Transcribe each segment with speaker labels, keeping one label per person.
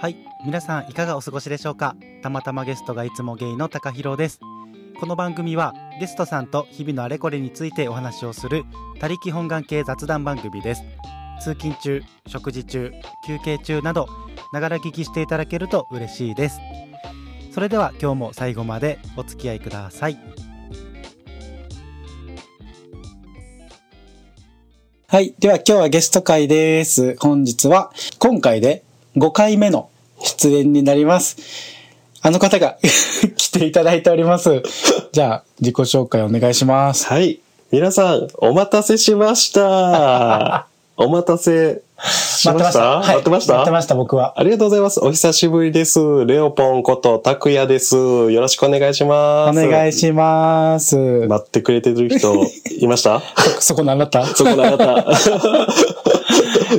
Speaker 1: はい皆さんいかがお過ごしでしょうかたまたまゲストがいつもゲイの高弘ですこの番組はゲストさんと日々のあれこれについてお話をする他力本願系雑談番組です通勤中食事中休憩中などながら聞きしていただけると嬉しいですそれでは今日も最後までお付き合いくださいはいでは今日はゲスト会です本日は今回で5回目の出演になりますあの方が 来ていただいておりますじゃあ自己紹介お願いします
Speaker 2: はい。皆さん、お待たせしま した。お待たせしました
Speaker 1: はい
Speaker 2: 待ってました,、
Speaker 1: 待ってました僕は
Speaker 2: ありがとうございます。お久しぶりです。レオポンこと、タクヤです。よろしくお願いしま
Speaker 1: お
Speaker 2: す。
Speaker 1: 願いします。
Speaker 2: 待ってくれてる人、いました
Speaker 1: そそこのあなた
Speaker 2: そこのあなた。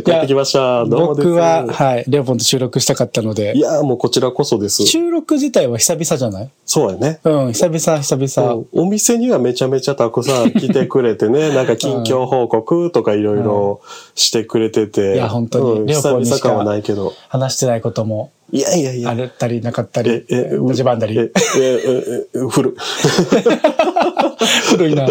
Speaker 2: やってきました。どうもです。
Speaker 1: 僕は、はい、レオポンと収録したかったので
Speaker 2: い、やー、もうこちらこそです。
Speaker 1: 収録自体は久々じゃない
Speaker 2: そうやね。
Speaker 1: うん、久々、久々。
Speaker 2: うんお店にはめちゃめちゃたくさん来てくれて ね、なんか近況報告とかいろいろしてくれてて。
Speaker 1: いや本当に
Speaker 2: うん
Speaker 1: レオ
Speaker 2: 久
Speaker 1: ポンにしか
Speaker 2: 々感はないけど。
Speaker 1: 話してないことも、
Speaker 2: いやいやい
Speaker 1: あ
Speaker 2: や。
Speaker 1: れたりなか ったり、
Speaker 2: う
Speaker 1: のじばんだ
Speaker 2: え
Speaker 1: り。、
Speaker 2: え、え、え古い。
Speaker 1: 古いな。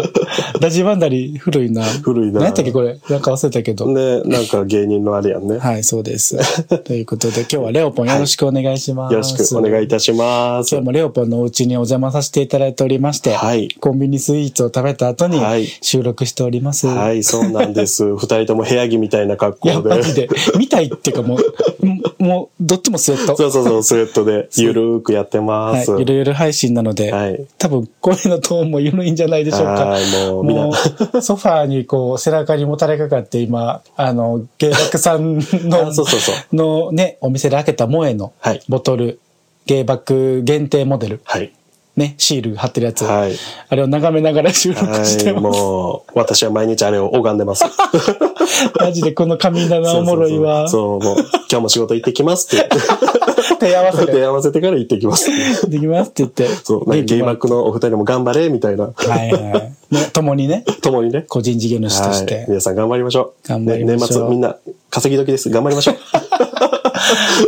Speaker 1: ラジバンダリ、古いな。
Speaker 2: 古いな。
Speaker 1: 何やったっけこれ。なんか忘れたけど。
Speaker 2: ね、なんか芸人のあれやん ね。
Speaker 1: はい、そうです。 ということで、今日はレオポンよろしくお願いします。
Speaker 2: よろしくお願いいたします
Speaker 1: 今日。もレオポンのお家にお邪魔させていただいておりまして、
Speaker 2: はい
Speaker 1: コンビニスイーツを食べた後に
Speaker 2: はい
Speaker 1: 収録しております。
Speaker 2: はい、そうなんです。 二人とも部屋着みたいな格
Speaker 1: いや、
Speaker 2: 好
Speaker 1: マ
Speaker 2: で。
Speaker 1: ジで。見たいっていうかもう、んもう、どっちもスウェッ
Speaker 2: そ
Speaker 1: ト。
Speaker 2: うそうそう、スウェットで、ゆるーくやってま
Speaker 1: はい
Speaker 2: す。。
Speaker 1: ゆるゆる配信なので、
Speaker 2: はい
Speaker 1: 多分声のトーンも緩いんじゃないでしょうか
Speaker 2: は。いもう、みん
Speaker 1: も
Speaker 2: な。
Speaker 1: う、 ソファーにこう、背中にもたれかかって今、あの、芸爆さんの、
Speaker 2: あそうそうそう
Speaker 1: のね、お店で開けた萌えの
Speaker 2: はい
Speaker 1: ボトル、芸爆限定モデル、
Speaker 2: はい。
Speaker 1: ね、シール貼ってるやつ、
Speaker 2: はい
Speaker 1: あれを眺めながら収 録して
Speaker 2: はい、
Speaker 1: ます。
Speaker 2: もう、私は毎日あれを拝んで ます。
Speaker 1: マジでこの神棚おもろいわ。
Speaker 2: そうそうそうそう、もう、今日も仕事行ってきますって
Speaker 1: 手合わ
Speaker 2: 言
Speaker 1: せ
Speaker 2: って、
Speaker 1: て
Speaker 2: 手合わせてから行ってきます。
Speaker 1: できますって言って。
Speaker 2: そう、なんかゲイマックのお二人も頑張れ、みたいな。
Speaker 1: はいはい。ね、共にね、
Speaker 2: 共にね。
Speaker 1: 個人事業主とし
Speaker 2: は
Speaker 1: て
Speaker 2: い。。皆さん頑張りましょう。
Speaker 1: 頑張りましょ
Speaker 2: ね年末
Speaker 1: う
Speaker 2: みんな稼ぎ時です。頑張りましょう。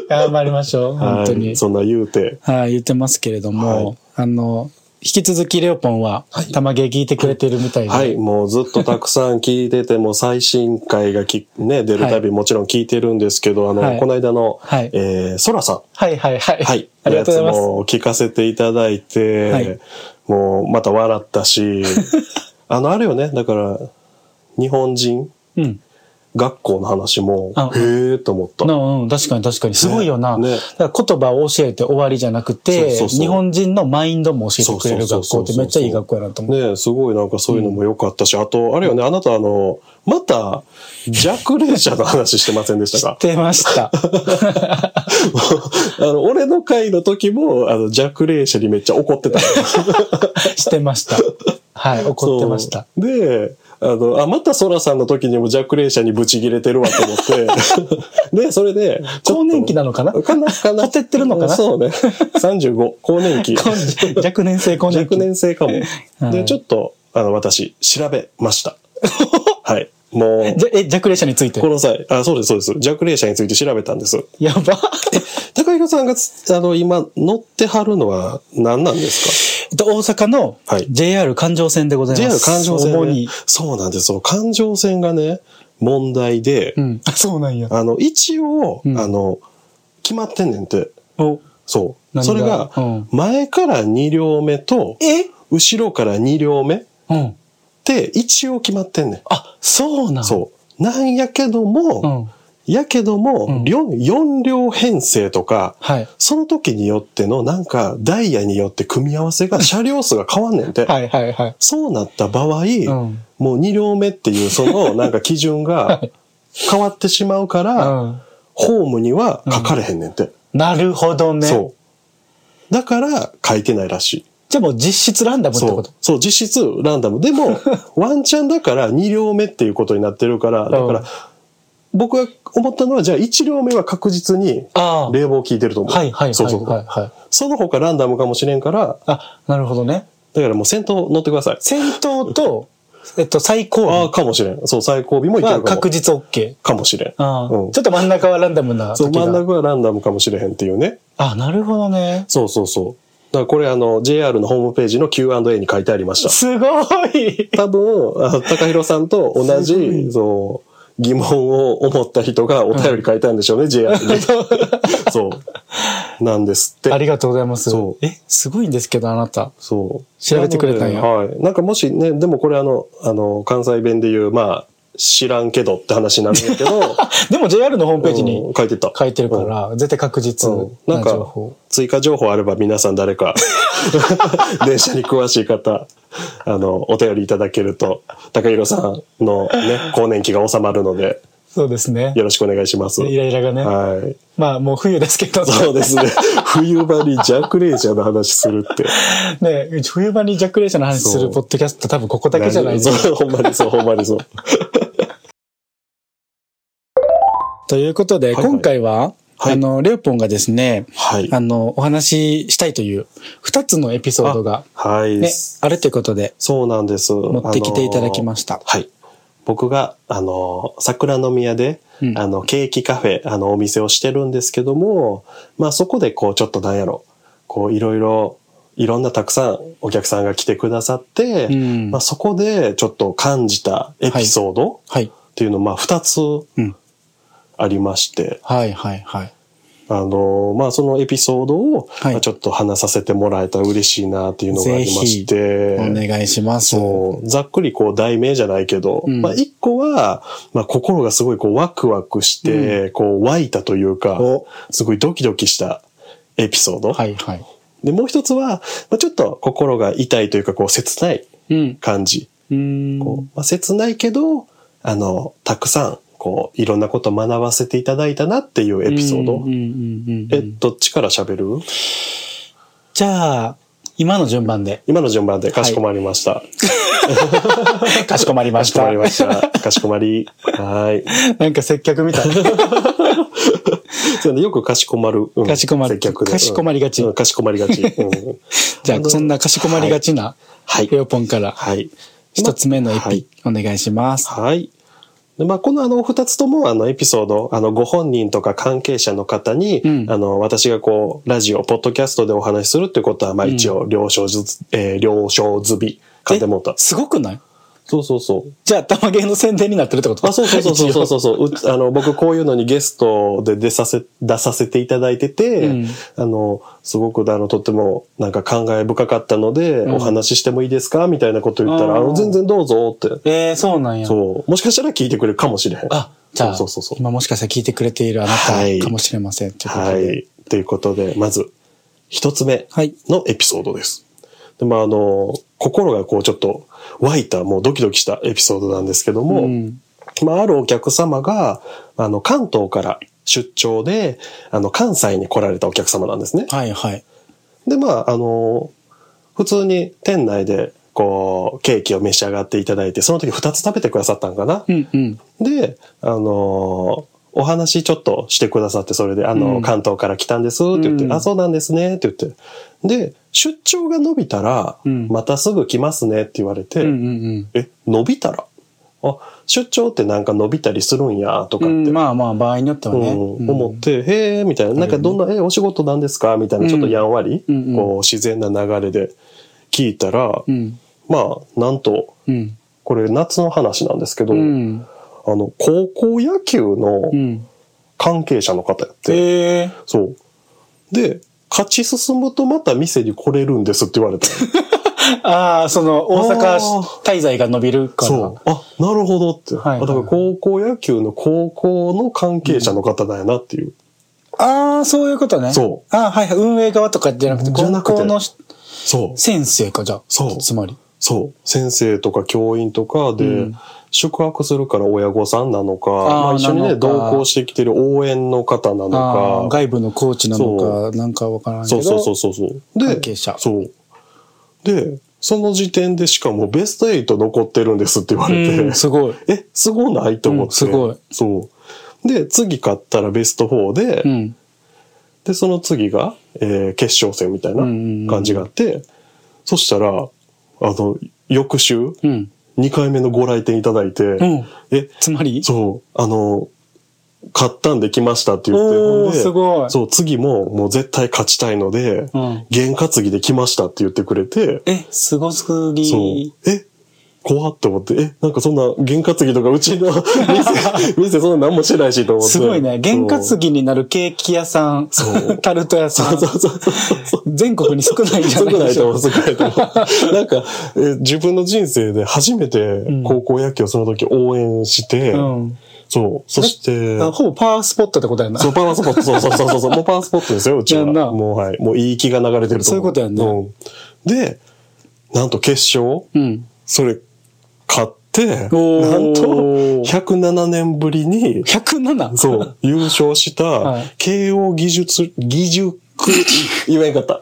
Speaker 1: 頑張りましょう、 本当
Speaker 2: は
Speaker 1: に
Speaker 2: い。。そんな言うて。
Speaker 1: はい、言ってますけれども、
Speaker 2: はい
Speaker 1: あの、引き続きレオポンは、たまげ聞いてくれてるみたいで。
Speaker 2: はい、もうずっとたくさん聞いてて、もう最新回がき、ね、出るたびもちろん聞いてるんですけど、あの、
Speaker 1: はい
Speaker 2: この間の、
Speaker 1: はい
Speaker 2: えー、ソラさん。
Speaker 1: はいはいはい。
Speaker 2: はい。
Speaker 1: ありがとうございま
Speaker 2: やつ
Speaker 1: す。
Speaker 2: も聞かせていただいて、
Speaker 1: はい
Speaker 2: もうまた笑った し、あの、あれよね、だから、日本人
Speaker 1: うん。
Speaker 2: 学校の話も
Speaker 1: あ、
Speaker 2: へえと思った。
Speaker 1: のうん、確かに確かに。すごいよな。
Speaker 2: ね
Speaker 1: だから言葉を教えて終わりじゃなくて
Speaker 2: そうそうそう
Speaker 1: 日本人のマインドも教えてくれる
Speaker 2: そう
Speaker 1: 学
Speaker 2: そ
Speaker 1: 校
Speaker 2: うそうそう
Speaker 1: ってめっちゃいい学校やなと思う。
Speaker 2: ねすごいなんかそういうのも良かったし、あと、あれよね、あなたあの、また、弱霊者の話してませんでした
Speaker 1: 知っ
Speaker 2: か
Speaker 1: て ました。
Speaker 2: あの、俺の回の時も、あの、弱霊者にめっちゃ怒ってた。
Speaker 1: してました。はい、怒ってました。
Speaker 2: そう。で、あの、あ、またソラさんの時にも弱霊者にブチ切れてるわと思 って。で、それで、ちょっと
Speaker 1: 更年期なのかな
Speaker 2: かなかな。
Speaker 1: 立てってるのかな
Speaker 2: そうね。35、更年 期。
Speaker 1: 若年性更年
Speaker 2: 若
Speaker 1: 期。
Speaker 2: 年性かも。
Speaker 1: は
Speaker 2: で、
Speaker 1: い
Speaker 2: ちょっと、あの、私、調べま した。はい。もう、
Speaker 1: じゃえ、若齢者について
Speaker 2: こ。の際、あ、そうです、そうです。弱霊者について調べたんです。
Speaker 1: やば。
Speaker 2: 高弘さんが、あの、今、乗ってはるのは何なんです
Speaker 1: えっと大阪の
Speaker 2: はい
Speaker 1: JR 環状線でござ
Speaker 2: か
Speaker 1: い
Speaker 2: ?JR
Speaker 1: ます。
Speaker 2: 環状線、ね。
Speaker 1: 主に。
Speaker 2: そうなんです。その環状線がね、問題で、
Speaker 1: うん。あそうなんや。
Speaker 2: あの、一応、
Speaker 1: うん
Speaker 2: あの、決まってんねんて。
Speaker 1: お
Speaker 2: そう。
Speaker 1: 何が
Speaker 2: それが
Speaker 1: うん、
Speaker 2: 前から2両目と、
Speaker 1: え
Speaker 2: 後ろから2両目っ
Speaker 1: うん。
Speaker 2: て一応決まってんねん。
Speaker 1: あ、そうなん
Speaker 2: そう。なんやけども、
Speaker 1: うん。
Speaker 2: やけど
Speaker 1: うん
Speaker 2: も、4, 両編成とか、
Speaker 1: はい。
Speaker 2: その時によっての、なんか、ダイヤによって組み合わせが車両数が変わんねんて。
Speaker 1: はいはいはい。
Speaker 2: そうなった場合、
Speaker 1: ん
Speaker 2: もう2両目っていうその、なんか基準が変わってしまうから、
Speaker 1: うん。
Speaker 2: ホームには書かれへんねんて。
Speaker 1: なるほどね。
Speaker 2: そう。だから書いてないらしい。
Speaker 1: じゃあもう実質ランダムって
Speaker 2: そ
Speaker 1: こ
Speaker 2: う
Speaker 1: と。
Speaker 2: そう、実質ランダム。で も、ワンチャンだから2両目っていうことになってるから、だから、僕が思ったのは、じゃあ1両目は確実に
Speaker 1: ああ。
Speaker 2: 冷房効いてると思う。
Speaker 1: はいはいはい
Speaker 2: そうそう。
Speaker 1: はいはい。
Speaker 2: その他ランダムかもしれんから、
Speaker 1: あ、なるほどね。
Speaker 2: だからもう先頭乗ってください。
Speaker 1: 先頭とえっと、最高
Speaker 2: ああ、
Speaker 1: 尾
Speaker 2: かもしれん。そう、最後尾もいけ
Speaker 1: は
Speaker 2: るかも
Speaker 1: 確。実 OK。
Speaker 2: かもしれん。
Speaker 1: ああ、
Speaker 2: うん
Speaker 1: ちょっと真ん中はランダムな
Speaker 2: そう、
Speaker 1: 時
Speaker 2: 真ん
Speaker 1: が。
Speaker 2: 中はランダムかもしれへんっていうね。
Speaker 1: あ、なるほどね。
Speaker 2: そうそうそう。だからこれあの、JR のホームページの Q&A に書いてありました。
Speaker 1: すごい
Speaker 2: 多分、あの高弘さんと同じ、そう、疑問を思った人がお便り書いたんでしょうね、JR に。 そう。なんですって。
Speaker 1: ありがとうございます
Speaker 2: そ。う
Speaker 1: え、すごいんですけど、あなた。
Speaker 2: そう。
Speaker 1: 調べてくれたんや
Speaker 2: なのではい。なんかもしね、でもこれあの、あの、関西弁で言う、まあ、知らんけどって話になるんやけど、
Speaker 1: でも JR のホー ムページ
Speaker 2: う
Speaker 1: に
Speaker 2: ん書いてた。
Speaker 1: 書いてるから、絶対確実
Speaker 2: うんな
Speaker 1: なん情
Speaker 2: か
Speaker 1: 報。、
Speaker 2: 追加情報あれば皆さん誰 か、電車に詳しい方、あの、お便りいただけると、高弘さんの ね、更年期が収まるので、
Speaker 1: そうですね。
Speaker 2: よろしくお願いします。
Speaker 1: イライラがね。
Speaker 2: はい。
Speaker 1: まあ、もう冬ですけど、
Speaker 2: そうですね。冬場に弱冷者の話するって。
Speaker 1: ね、冬場にジャックレーシャの話す
Speaker 2: そ
Speaker 1: る
Speaker 2: う
Speaker 1: ポッドキャスト多分ここだけじゃないです
Speaker 2: そうほんまにそう、ほんまにそう。
Speaker 1: ということで、
Speaker 2: はいはい
Speaker 1: 今回は、
Speaker 2: はい
Speaker 1: あの、レオポンがですね、
Speaker 2: はい。
Speaker 1: あの、お話ししたいという、二つのエピソードが、
Speaker 2: はい。
Speaker 1: ね、あるということで、
Speaker 2: そうなんです。持
Speaker 1: 持ってきていただきました。
Speaker 2: はい。僕が、あの、桜の宮で、
Speaker 1: うん
Speaker 2: あの、ケーキカフェ、あの、お店をしてるんですけども、まあそこで、こう、ちょっとなんやろ、こう、いろいろ、いろんなたくさんお客さんが来てくださって、
Speaker 1: うん
Speaker 2: まあそこで、ちょっと感じたエピソード
Speaker 1: はい。
Speaker 2: っていうの、まあ二つ
Speaker 1: うん。
Speaker 2: ありまして、
Speaker 1: はい、はい、はい。
Speaker 2: あの、まあそのエピソードを、
Speaker 1: はい
Speaker 2: まあちょっと話させてもらえたら嬉しいなっていうのがありまして。
Speaker 1: お願いします。
Speaker 2: そう、ざっくりこう題名じゃないけど、
Speaker 1: うん
Speaker 2: まあ一個は、まあ心がすごいこうワクワクして、こう湧いたというか、
Speaker 1: お
Speaker 2: すごいドキドキしたエピソード。
Speaker 1: はい、はい。
Speaker 2: で、もう一つは、まあ、ちょっと心が痛いというか、こう切ない
Speaker 1: うん。
Speaker 2: 感じ。
Speaker 1: うーん。
Speaker 2: こうまあ、切ないけど、あの、たくさん、こういろんなこと学ばせていただいたなっていうエピソード。
Speaker 1: うんうんうんうんう
Speaker 2: え、
Speaker 1: ん、
Speaker 2: どっちから喋る。
Speaker 1: じゃあ、今の順番で
Speaker 2: 今の順番でかしこまりました。
Speaker 1: かしこまり
Speaker 2: か
Speaker 1: ま
Speaker 2: し
Speaker 1: し
Speaker 2: こ
Speaker 1: た
Speaker 2: ま。りました。かしこまり。はい。
Speaker 1: なんか接客 みたい。
Speaker 2: そうね、よくかしこまる。うん
Speaker 1: かしこまる
Speaker 2: 接客で。
Speaker 1: かしこまりがち
Speaker 2: うんうんかしこまりがち。 うん
Speaker 1: じゃあ、そんなかしこまりがちな、
Speaker 2: はい
Speaker 1: レオポンから、
Speaker 2: はい。
Speaker 1: 一つ目のエ
Speaker 2: はい
Speaker 1: ピ、お願いします。
Speaker 2: はい。でまあ、このあの、二つともあの、エピソード、あの、ご本人とか関係者の方に、
Speaker 1: うん
Speaker 2: あの、私がこう、ラジオ、ポッドキャストでお話しするっていうことは、まあ、一応、了承ずつ、えー了承ずび、買ってもうた。
Speaker 1: すごくない
Speaker 2: そうそうそう。
Speaker 1: じゃあ、玉芸の宣伝になってるってこと
Speaker 2: あ、そうそうそうそうそう
Speaker 1: う。
Speaker 2: そうそううつあの、僕こういうのにゲストで出させ、出させていただいてて、
Speaker 1: うん
Speaker 2: あの、すごく、あの、とっても、なんか感慨深かったので、
Speaker 1: ん
Speaker 2: お話ししてもいいですかみたいなこと言ったら、あ
Speaker 1: あー
Speaker 2: の、全然どうぞって。
Speaker 1: えー、そうなんや。
Speaker 2: そう。もしかしたら聞いてくれるかもしれへん。
Speaker 1: あ、じゃあ
Speaker 2: そうそうそうそう
Speaker 1: 今もしかしたら聞いてくれているあな
Speaker 2: はい
Speaker 1: たかもしれません。ということで
Speaker 2: は。い。ということで、まず、一つ目
Speaker 1: はい
Speaker 2: のエピソードです。でまあ、あの、心がこうちょっと湧いた、もうドキドキしたエピソードなんですけども、
Speaker 1: うん
Speaker 2: まあ、あるお客様が、あの、関東から出張で、あの、関西に来られたお客様なんですね。
Speaker 1: はいはい。
Speaker 2: で、まあ、あの、普通に店内で、こう、ケーキを召し上がっていただいて、その時2つ食べてくださったんかな。
Speaker 1: うんうん。
Speaker 2: で、あの、お話ちょっとしてくださって、それで、あの、
Speaker 1: うん
Speaker 2: 関東から来たんですって言って、
Speaker 1: うん
Speaker 2: あ、そうなんですねって言って。で、出張が伸びたら、
Speaker 1: うん
Speaker 2: またすぐ来ますねって言われて、
Speaker 1: うんうん
Speaker 2: え、伸びたらあ、出張ってなんか伸びたりするんや、とか
Speaker 1: う
Speaker 2: って。
Speaker 1: ん。うん、まあまあ、場合によってはね。
Speaker 2: うん、思って、へえ、みたいな、なんかどんな、え、お仕事なんですかみたいな、ちょっとやんわり、
Speaker 1: うんうん
Speaker 2: こう、自然な流れで聞いたら、
Speaker 1: うん。
Speaker 2: まあ、なんと、
Speaker 1: うん。
Speaker 2: これ夏の話なんですけど、
Speaker 1: うん。
Speaker 2: あの、高校野球の
Speaker 1: うん。
Speaker 2: 関係者の方やって、
Speaker 1: ええ。
Speaker 2: そう。で、勝ち進むとまた店に来れるんですって言 われた。
Speaker 1: ああ、その、大阪
Speaker 2: あ
Speaker 1: 滞在が伸びるから。
Speaker 2: そう。あ、なるほどって。
Speaker 1: はいはい
Speaker 2: あだから高校野球の高校の関係者の方だよなっていう。
Speaker 1: ああ、そういうことね。。
Speaker 2: そう
Speaker 1: ああ、はいはい。運営側とかじゃなくて、
Speaker 2: じゃな
Speaker 1: 高
Speaker 2: くて
Speaker 1: 校の
Speaker 2: そう。
Speaker 1: 先生か、じゃあ。
Speaker 2: そう
Speaker 1: つまり。
Speaker 2: そう。先生とか教員とかで、
Speaker 1: うん
Speaker 2: 宿泊するから親御さんなのか、
Speaker 1: あー
Speaker 2: まあ、一緒にね、
Speaker 1: なのか
Speaker 2: 同行してきてる応援の方なの
Speaker 1: ああ、
Speaker 2: か、
Speaker 1: 外部のコーチなのか、なんかわからんけ
Speaker 2: そう
Speaker 1: ど。
Speaker 2: そうそうそうそう。で、
Speaker 1: 関係者
Speaker 2: そう。で、その時点でしかもベスト8残ってるんですって言われて、
Speaker 1: うん、すごい。
Speaker 2: え、すごないと思っ
Speaker 1: うん
Speaker 2: て、
Speaker 1: すごい
Speaker 2: そう。で、次勝ったらベスト4で、
Speaker 1: うん。
Speaker 2: で、その次が、えー決勝戦みたいな
Speaker 1: うんうんうん
Speaker 2: 感じがあって、そしたら、あの、翌週、
Speaker 1: うん。
Speaker 2: 2回目のご来店いただいて、
Speaker 1: うん。
Speaker 2: え、
Speaker 1: つまり
Speaker 2: そう、あの、買ったんできましたって言って、
Speaker 1: お
Speaker 2: ほん
Speaker 1: ー、
Speaker 2: です
Speaker 1: ごい。
Speaker 2: そう、次ももう絶対勝ちたいので、
Speaker 1: うん。
Speaker 2: 験担ぎできましたって言ってくれて、
Speaker 1: え、すごすぎ。
Speaker 2: そう。え怖って思って、え、なんかそんな、験担ぎとか、うちの店、店そんな何もしてないしと思って。
Speaker 1: すごいね。験担
Speaker 2: そう
Speaker 1: ぎになるケーキ屋さん、
Speaker 2: そう
Speaker 1: タルト屋さん、
Speaker 2: そうそうそうそう。
Speaker 1: 全国に少ないんじゃ
Speaker 2: 少
Speaker 1: ない
Speaker 2: な
Speaker 1: で
Speaker 2: い
Speaker 1: し
Speaker 2: と
Speaker 1: ょ
Speaker 2: 思う、
Speaker 1: う
Speaker 2: 少ないと思う。なんか、え自分の人生で初めて
Speaker 1: ん
Speaker 2: 高校野球をその時応援して、
Speaker 1: うん
Speaker 2: そう、そして、
Speaker 1: あほぼパワースポットってことや な。
Speaker 2: そう、パワースポット、そうそうそうそうそう、もうパワースポットですよ、うちは。
Speaker 1: やんな
Speaker 2: もうはい、もういい気が流れてると思う。
Speaker 1: そういうことやんな
Speaker 2: うんで、なんと決勝、
Speaker 1: うん。
Speaker 2: それ、買って、なんと、
Speaker 1: おー
Speaker 2: 107年ぶりに、
Speaker 1: 107?
Speaker 2: そう、優勝 した
Speaker 1: い、
Speaker 2: 慶応技術、技 術、言えんか った。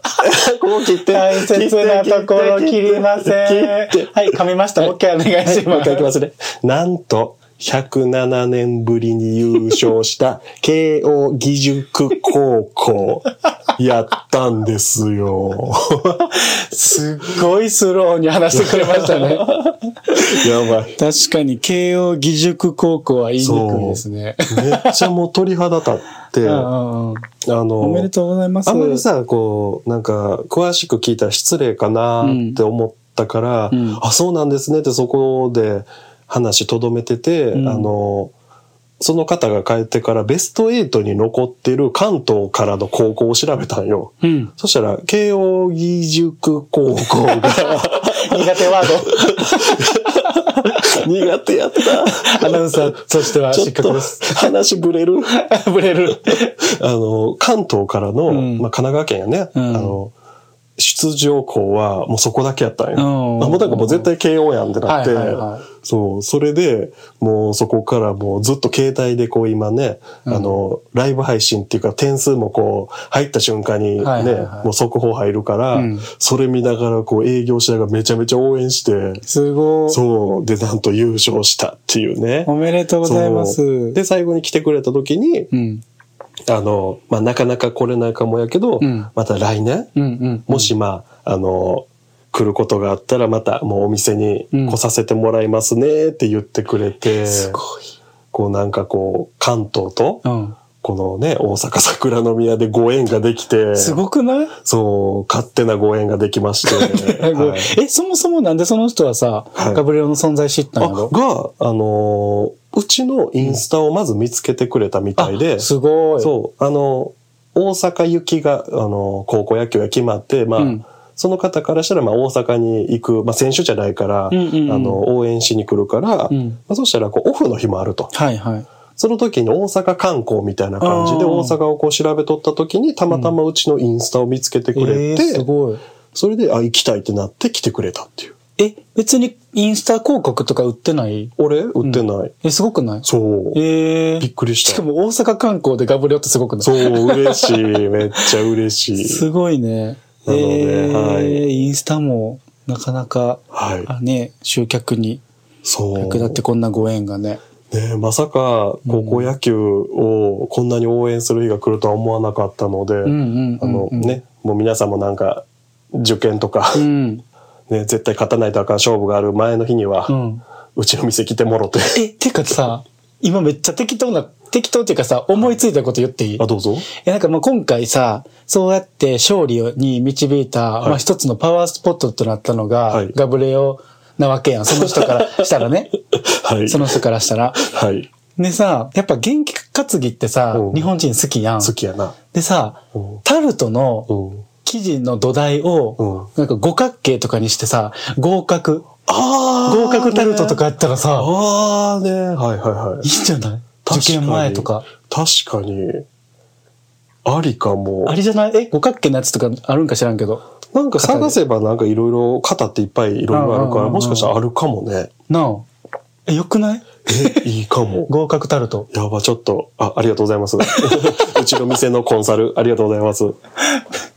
Speaker 2: こう切って。
Speaker 1: 大切なところ切りません。
Speaker 2: 切って
Speaker 1: はい、噛みました。もう一回お願いし
Speaker 2: もう一
Speaker 1: ます
Speaker 2: 回いき。ますね。なんと、107年ぶりに優勝した、 慶応義塾高校、やったんです よ。
Speaker 1: すっごいスローに話してくれましたね。
Speaker 2: やばい。
Speaker 1: 確かに、慶応義塾高校は言いにくいですね。
Speaker 2: めっちゃもう鳥肌立って、
Speaker 1: う
Speaker 2: あ
Speaker 1: んうんうん
Speaker 2: の、
Speaker 1: おめでとうございます。
Speaker 2: あんまりさ、こう、なんか、詳しく聞いたら失礼かなって思ったから、
Speaker 1: うんうん
Speaker 2: あ、そうなんですねってそこで話とどめてて、
Speaker 1: うん
Speaker 2: あの、その方が帰ってからベスト8に残ってる関東からの高校を調べたんよ。
Speaker 1: うん。
Speaker 2: そしたら、慶応義塾高校が
Speaker 1: 苦手ワー
Speaker 2: 苦手やった。
Speaker 1: ド。アナウンサーとしては
Speaker 2: ちょっ
Speaker 1: 失格
Speaker 2: と
Speaker 1: です。
Speaker 2: 話ぶれる。
Speaker 1: ぶれる。
Speaker 2: あの、関東からの、
Speaker 1: うん
Speaker 2: まあ、神奈川県やね、
Speaker 1: うん
Speaker 2: あの、出場校はもうそこだけやったんや。
Speaker 1: うん
Speaker 2: あもうだからもう絶対慶応やんってなって、
Speaker 1: はいはいはい
Speaker 2: そう、それで、もうそこからもうずっと携帯でこう今ね、あの、ライブ配信っていうか点数もこう入った瞬間にね、
Speaker 1: はいはいはい
Speaker 2: もう速報入るから、
Speaker 1: うん
Speaker 2: それ見ながらこう営業しながらめちゃめちゃ応援して、
Speaker 1: すごい。
Speaker 2: そう、で、なんと優勝したっていうね。
Speaker 1: おめでとうございま
Speaker 2: そう
Speaker 1: す。
Speaker 2: で、最後に来てくれた時に、
Speaker 1: うん。
Speaker 2: あの、まあ、なかなか来れないかもやけど、
Speaker 1: うん
Speaker 2: また来年、
Speaker 1: うんうん。
Speaker 2: もしまあ、あの、来ることがあったらまたもうお店に
Speaker 1: うん
Speaker 2: 来させてもらいますねって言ってくれて、
Speaker 1: すごい。
Speaker 2: こうなんかこう、関東と、
Speaker 1: うん。
Speaker 2: このね、大阪桜の宮でご縁ができて、
Speaker 1: すごくない
Speaker 2: そう、勝手なご縁ができま して、はい
Speaker 1: え、そもそもなんでその人はさ、
Speaker 2: はい
Speaker 1: ガブリオの存在知ったん
Speaker 2: あ
Speaker 1: やろ
Speaker 2: が、あのーうちのインスタをまず見つけてくれたみたいで、
Speaker 1: すごい。
Speaker 2: そう、あの、大阪行きが、あの、高校野球が決まって、まあ、
Speaker 1: うん
Speaker 2: その方からしたら、まあ、大阪に行く、まあ、選手じゃないから、
Speaker 1: うんうんうん
Speaker 2: あの、応援しに来るから、
Speaker 1: うん
Speaker 2: まあ、そしたら、こう、オフの日もあると。
Speaker 1: はいはい。
Speaker 2: その時に大阪観光みたいな感じで、
Speaker 1: あー
Speaker 2: 大阪をこう調べとった時に、たまたまうちのインスタを見つけてく
Speaker 1: え
Speaker 2: れ
Speaker 1: ー、
Speaker 2: て、
Speaker 1: すごい。
Speaker 2: それで、あ、行きたいってなって来てくれたっていう。
Speaker 1: え、別にインスタ広告とか売ってない
Speaker 2: 俺、売ってない。
Speaker 1: え、すごくない
Speaker 2: そう。
Speaker 1: ええ
Speaker 2: びっくりした
Speaker 1: しかも大阪観光でガブリオってすごくない
Speaker 2: そう、嬉しい。めっちゃ嬉しい。
Speaker 1: すごいね。
Speaker 2: なので
Speaker 1: えー
Speaker 2: はい
Speaker 1: インスタもなかなか、
Speaker 2: はい。
Speaker 1: あね、集客に
Speaker 2: そう。
Speaker 1: 役立ってこんなご縁がね。
Speaker 2: ねえまさか高校野球をこんなに応援する日が来るとは思わなかったので、
Speaker 1: うんうん
Speaker 2: あ
Speaker 1: うんうん
Speaker 2: のね、もう皆さんもなんか受験とか、
Speaker 1: うん。
Speaker 2: ね、絶対勝たないとあかん勝負がある前の日には、
Speaker 1: う。
Speaker 2: うんちの店来てもろて。
Speaker 1: え、てかさ、今めっちゃ適当な、適当っていうかさ、思いついたこと言ってい い
Speaker 2: あ、どうぞ。
Speaker 1: え、なんかまあ今回さ、そうやって勝利に導いた、
Speaker 2: い
Speaker 1: まあ一つのパワースポットとなったのが、
Speaker 2: はい
Speaker 1: ガブレオなわけやん。その人か らしたらね。
Speaker 2: はい。
Speaker 1: その人からしたら。
Speaker 2: はい。
Speaker 1: でさ、やっぱ元気担ぎってさ
Speaker 2: う、ん
Speaker 1: 日本人好きやん。
Speaker 2: 好きやな。
Speaker 1: でさ
Speaker 2: うん、
Speaker 1: タルト
Speaker 2: う
Speaker 1: の
Speaker 2: ん。
Speaker 1: 生地の土台を、なんか五角形とかにしてさ、合格。
Speaker 2: あ
Speaker 1: 合格タルトとか
Speaker 2: ね
Speaker 1: やったらさ、
Speaker 2: あーね。はいはいはい
Speaker 1: い。んじゃない
Speaker 2: 確か
Speaker 1: 受
Speaker 2: に
Speaker 1: 験前とか。。
Speaker 2: 確かに。ありかも。
Speaker 1: あれじゃないえ、五角形のやつとかあるんか知らんけど。
Speaker 2: なんか探せばなんかいろいろ型っていっぱいいろいろあるか
Speaker 1: うんうんうんう
Speaker 2: ら、
Speaker 1: ん
Speaker 2: もしかしたらあるかもね。
Speaker 1: なあ。え、よくない
Speaker 2: え、いい かも。
Speaker 1: 合格タルト。
Speaker 2: やば、ちょっと、あ、ありがとうございます。 うちの店のコンサル、ありがとうございます。い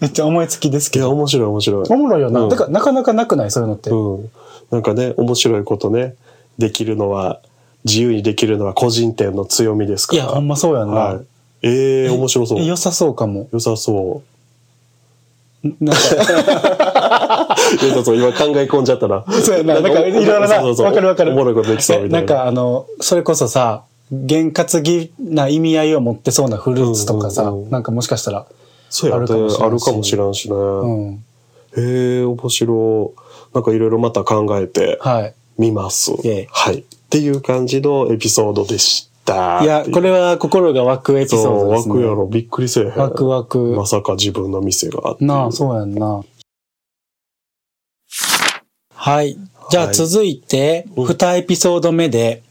Speaker 1: めっちゃ思いつきですけ
Speaker 2: や、
Speaker 1: ど。
Speaker 2: 面白い、面白い。
Speaker 1: おもろいよな。
Speaker 2: うん
Speaker 1: だからなかなかなくないそういうのって。
Speaker 2: うん。なんかね、面白いことね、できるのは、自由にできるのは個人店の強みですか
Speaker 1: い
Speaker 2: ら。
Speaker 1: や、ほんまそうやんな。
Speaker 2: はい。ええー、面白そう
Speaker 1: え。良さそうかも。
Speaker 2: 良さそう。
Speaker 1: なんか
Speaker 2: いやそうそう、今考え込んじゃったな。
Speaker 1: そうやな。なんか、いろいろな、
Speaker 2: そうそうそう
Speaker 1: わかるわかる。
Speaker 2: おもろいことできそうみたいな。
Speaker 1: えんか、あの、それこそさ、験担ぎな意味合いを持ってそうなフルーツとかさ、
Speaker 2: うんうんうん
Speaker 1: なんかもしかしたら、
Speaker 2: そうやね。
Speaker 1: あるかもしれんし
Speaker 2: あるかもしれんしね。
Speaker 1: うん。
Speaker 2: へえ、面白い。なんかいろいろまた考えて
Speaker 1: はい。
Speaker 2: みます。
Speaker 1: イエイ
Speaker 2: はい。っていう感じのエピソードでした。
Speaker 1: いや、こ
Speaker 2: れ
Speaker 1: れは心が湧くエピソードですね。
Speaker 2: 湧くやろ。びっくりせえへん。
Speaker 1: ワクワク。
Speaker 2: まさか自分の店があっていう。
Speaker 1: なあ、そうやんな。はい。じゃあ
Speaker 2: はい
Speaker 1: 続いて、
Speaker 2: うん
Speaker 1: 2エピソード目で、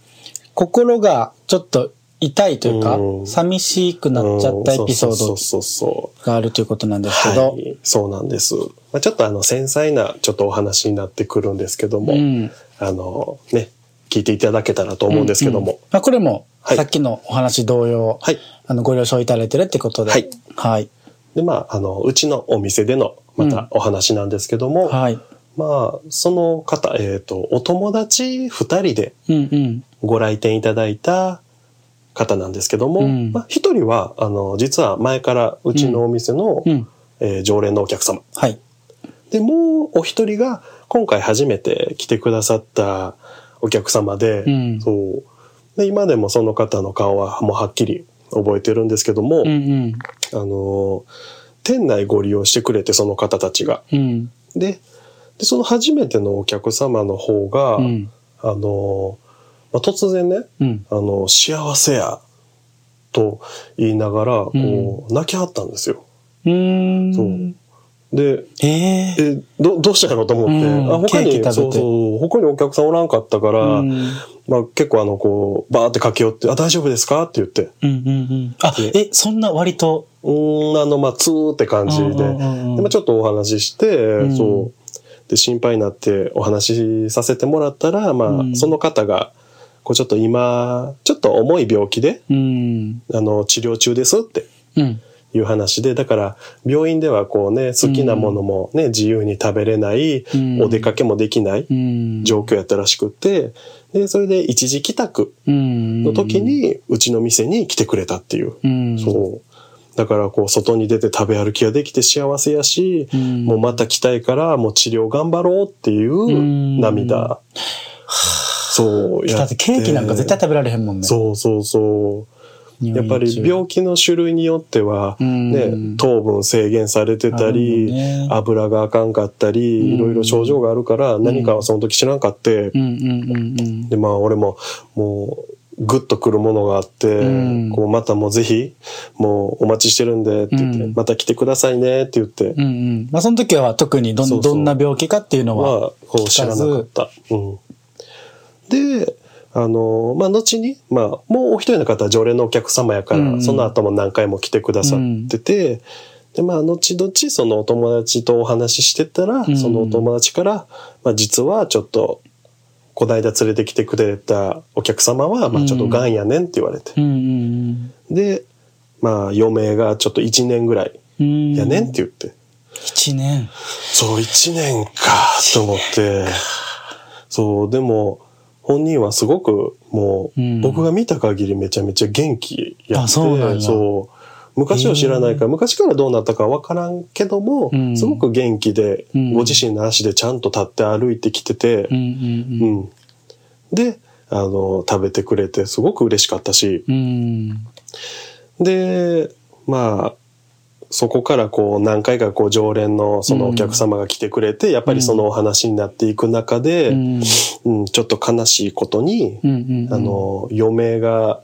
Speaker 1: 心がちょっと痛いというか
Speaker 2: う、ん
Speaker 1: 寂しく
Speaker 2: うん
Speaker 1: なっちゃったエピソー
Speaker 2: そ
Speaker 1: ド
Speaker 2: うそうそうそう。
Speaker 1: があるということなんですけど
Speaker 2: は、い、そうなんです。まあ、ちょっとあの繊細なちょっとお話になってくるんですけども、
Speaker 1: うん
Speaker 2: あのね、聞いていただけたらと思うんですけども、
Speaker 1: うんまあ、これも、
Speaker 2: はい
Speaker 1: さっきのお話同様、
Speaker 2: はい。
Speaker 1: あのご了承いただいてるってことで、
Speaker 2: はい
Speaker 1: はい。
Speaker 2: で、まあ、あの、うちのお店でのま
Speaker 1: うん
Speaker 2: たお話なんですけども、
Speaker 1: はい。
Speaker 2: まあ、その方、えっ、と、お友達2人で
Speaker 1: うんうん。
Speaker 2: ご来店いただいた方なんですけども、
Speaker 1: うん
Speaker 2: まあ、1人は、あの、実は前からうちのお店の、
Speaker 1: うん。
Speaker 2: えー常連のお客様。
Speaker 1: はい。
Speaker 2: で、もうお一人が今回初めて来てくださったお客様で、
Speaker 1: うん
Speaker 2: そう。で、今でもその方の顔はもうはっきり覚えてるんですけども、
Speaker 1: うんうん。
Speaker 2: あのー、店内ご利用してくれて、その方たちが。
Speaker 1: うん。
Speaker 2: で、でその初めてのお客様の方が、
Speaker 1: うん。
Speaker 2: あのー、まあ、突然ね、
Speaker 1: うん。
Speaker 2: あの、幸せや、と言いながら、こう、泣きはったんですよ。
Speaker 1: うーん。
Speaker 2: そうで、
Speaker 1: ええ
Speaker 2: え、ど、どうしたかなと思って、
Speaker 1: うん
Speaker 2: あ他
Speaker 1: ケー
Speaker 2: に、
Speaker 1: キ食べて
Speaker 2: そうそう、他にお客さんおらんかったから、
Speaker 1: うん
Speaker 2: まあ結構あの、こう、バーって駆け寄って、あ、大丈夫ですかって言って、
Speaker 1: うんうんうん。あ、え、そんな割と。
Speaker 2: うーん、あの、まあ、ツーって感じで、
Speaker 1: うんうんうんうん
Speaker 2: でまあ、ちょっとお話しして、
Speaker 1: ん
Speaker 2: そう、で、心配になってお話しさせてもらったら、まあ、
Speaker 1: うん
Speaker 2: その方が、こうちょっと今、ちょっと重い病気で、
Speaker 1: うん。
Speaker 2: あの、治療中ですって
Speaker 1: うん。
Speaker 2: いう話で、だから、病院ではこうね、好きなものもね、自由に食べれない、
Speaker 1: うん
Speaker 2: お出かけもできない、
Speaker 1: うん。
Speaker 2: 状況やったらしくって、で、それで一時帰宅
Speaker 1: うん。
Speaker 2: の時、に、うちの店に来てくれたっていう。
Speaker 1: うん。
Speaker 2: そう。だから、こう、外に出て食べ歩きができて幸せやし、
Speaker 1: うん
Speaker 2: もうまた来たいから、もう治療頑張ろうってい
Speaker 1: ん
Speaker 2: う涙。そう。
Speaker 1: だってケーキなんか絶対
Speaker 2: 食
Speaker 1: 食べられへんもんね。
Speaker 2: そうそうそう。
Speaker 1: 入院中
Speaker 2: やっぱり病気の種類によっては、
Speaker 1: うん
Speaker 2: ね、糖分制限されてた
Speaker 1: あるも
Speaker 2: り、
Speaker 1: んね
Speaker 2: 油があかんかったり、
Speaker 1: うん
Speaker 2: いろいろ症状があるから、何かはその時知らんかって、
Speaker 1: うんうんうんうん。
Speaker 2: で、まあ俺も、もう、グッとくるものがあって、
Speaker 1: うん
Speaker 2: こう、またもうぜひ、もうお待ちしてるんで、って言って、
Speaker 1: うん
Speaker 2: また来てくださいね、って言って、
Speaker 1: うんうん。まあその時は特にどん
Speaker 2: そうそう
Speaker 1: どんな病気かっていうのは。
Speaker 2: は、こう知らなかった。うん。で、あの、まあ、後に、まあ、もうお一人の方は常連のお客様やから、
Speaker 1: うん
Speaker 2: その後も何回も来てくださってて、で、まあ、後々、そのお友達とお話ししてたら、
Speaker 1: ん
Speaker 2: そのお友達から、まあ、実はちょっと、こないだ連れてきてくれたお客様は、まあ、ちょっと癌やねんって言われて。
Speaker 1: うんうん
Speaker 2: で、まあ、余命がちょっと1年ぐらい
Speaker 1: うん。うん。
Speaker 2: やねんって言って。
Speaker 1: 一年。
Speaker 2: そう、一年か、と思って。そう、でも、本人はすごく、もう、
Speaker 1: うん
Speaker 2: 僕が見た限りめちゃめちゃ元気やって、
Speaker 1: あそうなんや
Speaker 2: そう昔を知らないから、昔からどうなったかわからんけども、
Speaker 1: うん
Speaker 2: すごく元気で、
Speaker 1: うん
Speaker 2: ご自身の足でちゃんと立って歩いてきてて
Speaker 1: うん、うんうん。
Speaker 2: うんで、あの、食べてくれて、すごく嬉しかったし、
Speaker 1: うん。
Speaker 2: で、まあ、そこからこう何回かこう常連のそのお客様が来てくれて、やっぱりそのお話になっていく中で、
Speaker 1: う
Speaker 2: うん
Speaker 1: ん
Speaker 2: ちょっと悲しいことに、
Speaker 1: うんうん。
Speaker 2: あの、余命が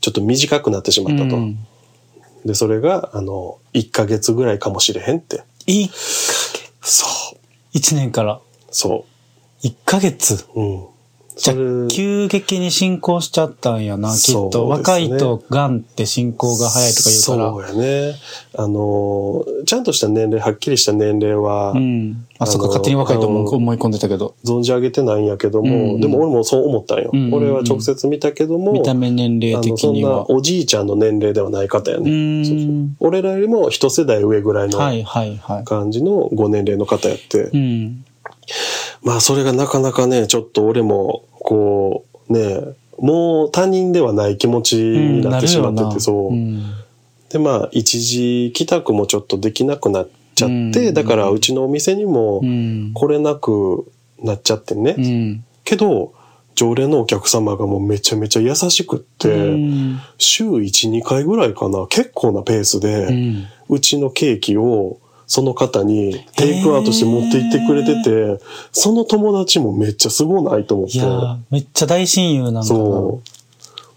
Speaker 2: ちょっと短くなってしまったと。
Speaker 1: うん
Speaker 2: で、それが、あの、1ヶ月ぐらいかもしれへんって。
Speaker 1: い
Speaker 2: そう。
Speaker 1: 一年から
Speaker 2: そ
Speaker 1: 一ヶ月。
Speaker 2: う。うん。
Speaker 1: じゃあ
Speaker 2: それ
Speaker 1: 急激に進行しちゃったんやな、きっ
Speaker 2: そうです
Speaker 1: と。
Speaker 2: ね
Speaker 1: 若いと癌って進行が早いとか言うから。
Speaker 2: そうやね。あの、ちゃんとした年齢、はっきりした年齢は、
Speaker 1: うん。あ、そっか、
Speaker 2: あの
Speaker 1: 勝手に若いと思
Speaker 2: あ
Speaker 1: う
Speaker 2: の
Speaker 1: 思い込んでたけど。
Speaker 2: 存じ上げてないんやけども、
Speaker 1: うん
Speaker 2: でも俺もそう思ったんよ、
Speaker 1: うんうんうん
Speaker 2: 俺は直接見たけども、
Speaker 1: 見た目年
Speaker 2: あ
Speaker 1: 齢
Speaker 2: の
Speaker 1: 的
Speaker 2: そん
Speaker 1: に
Speaker 2: な
Speaker 1: は。
Speaker 2: おじいちゃんの年齢ではない方や
Speaker 1: う
Speaker 2: ね、
Speaker 1: ーん。
Speaker 2: 俺らよりも一世代上ぐらい
Speaker 1: は
Speaker 2: の
Speaker 1: いはいはい。
Speaker 2: 感じのご年齢の方やって、
Speaker 1: うん。
Speaker 2: まあそれがなかなかねちょっと俺もこうねもう他人ではない気持ちになってしまってて、そう、
Speaker 1: ん
Speaker 2: でまあ一時帰宅もちょっとできなくなっちゃって、
Speaker 1: うん
Speaker 2: だからうちのお店にも
Speaker 1: うん。
Speaker 2: 来れなくなっちゃってね。
Speaker 1: うん。
Speaker 2: けど、常連のお客様がもうめちゃめちゃ優しくって、
Speaker 1: うん
Speaker 2: 週1、2回ぐらいかな、結構なペースで、
Speaker 1: う
Speaker 2: うんちのケーキをその方にテイクアウトして持って行ってくれてて、その友達もめっちゃすごないと思っ
Speaker 1: いやー
Speaker 2: て、
Speaker 1: めっちゃ大親友なんかな。
Speaker 2: そ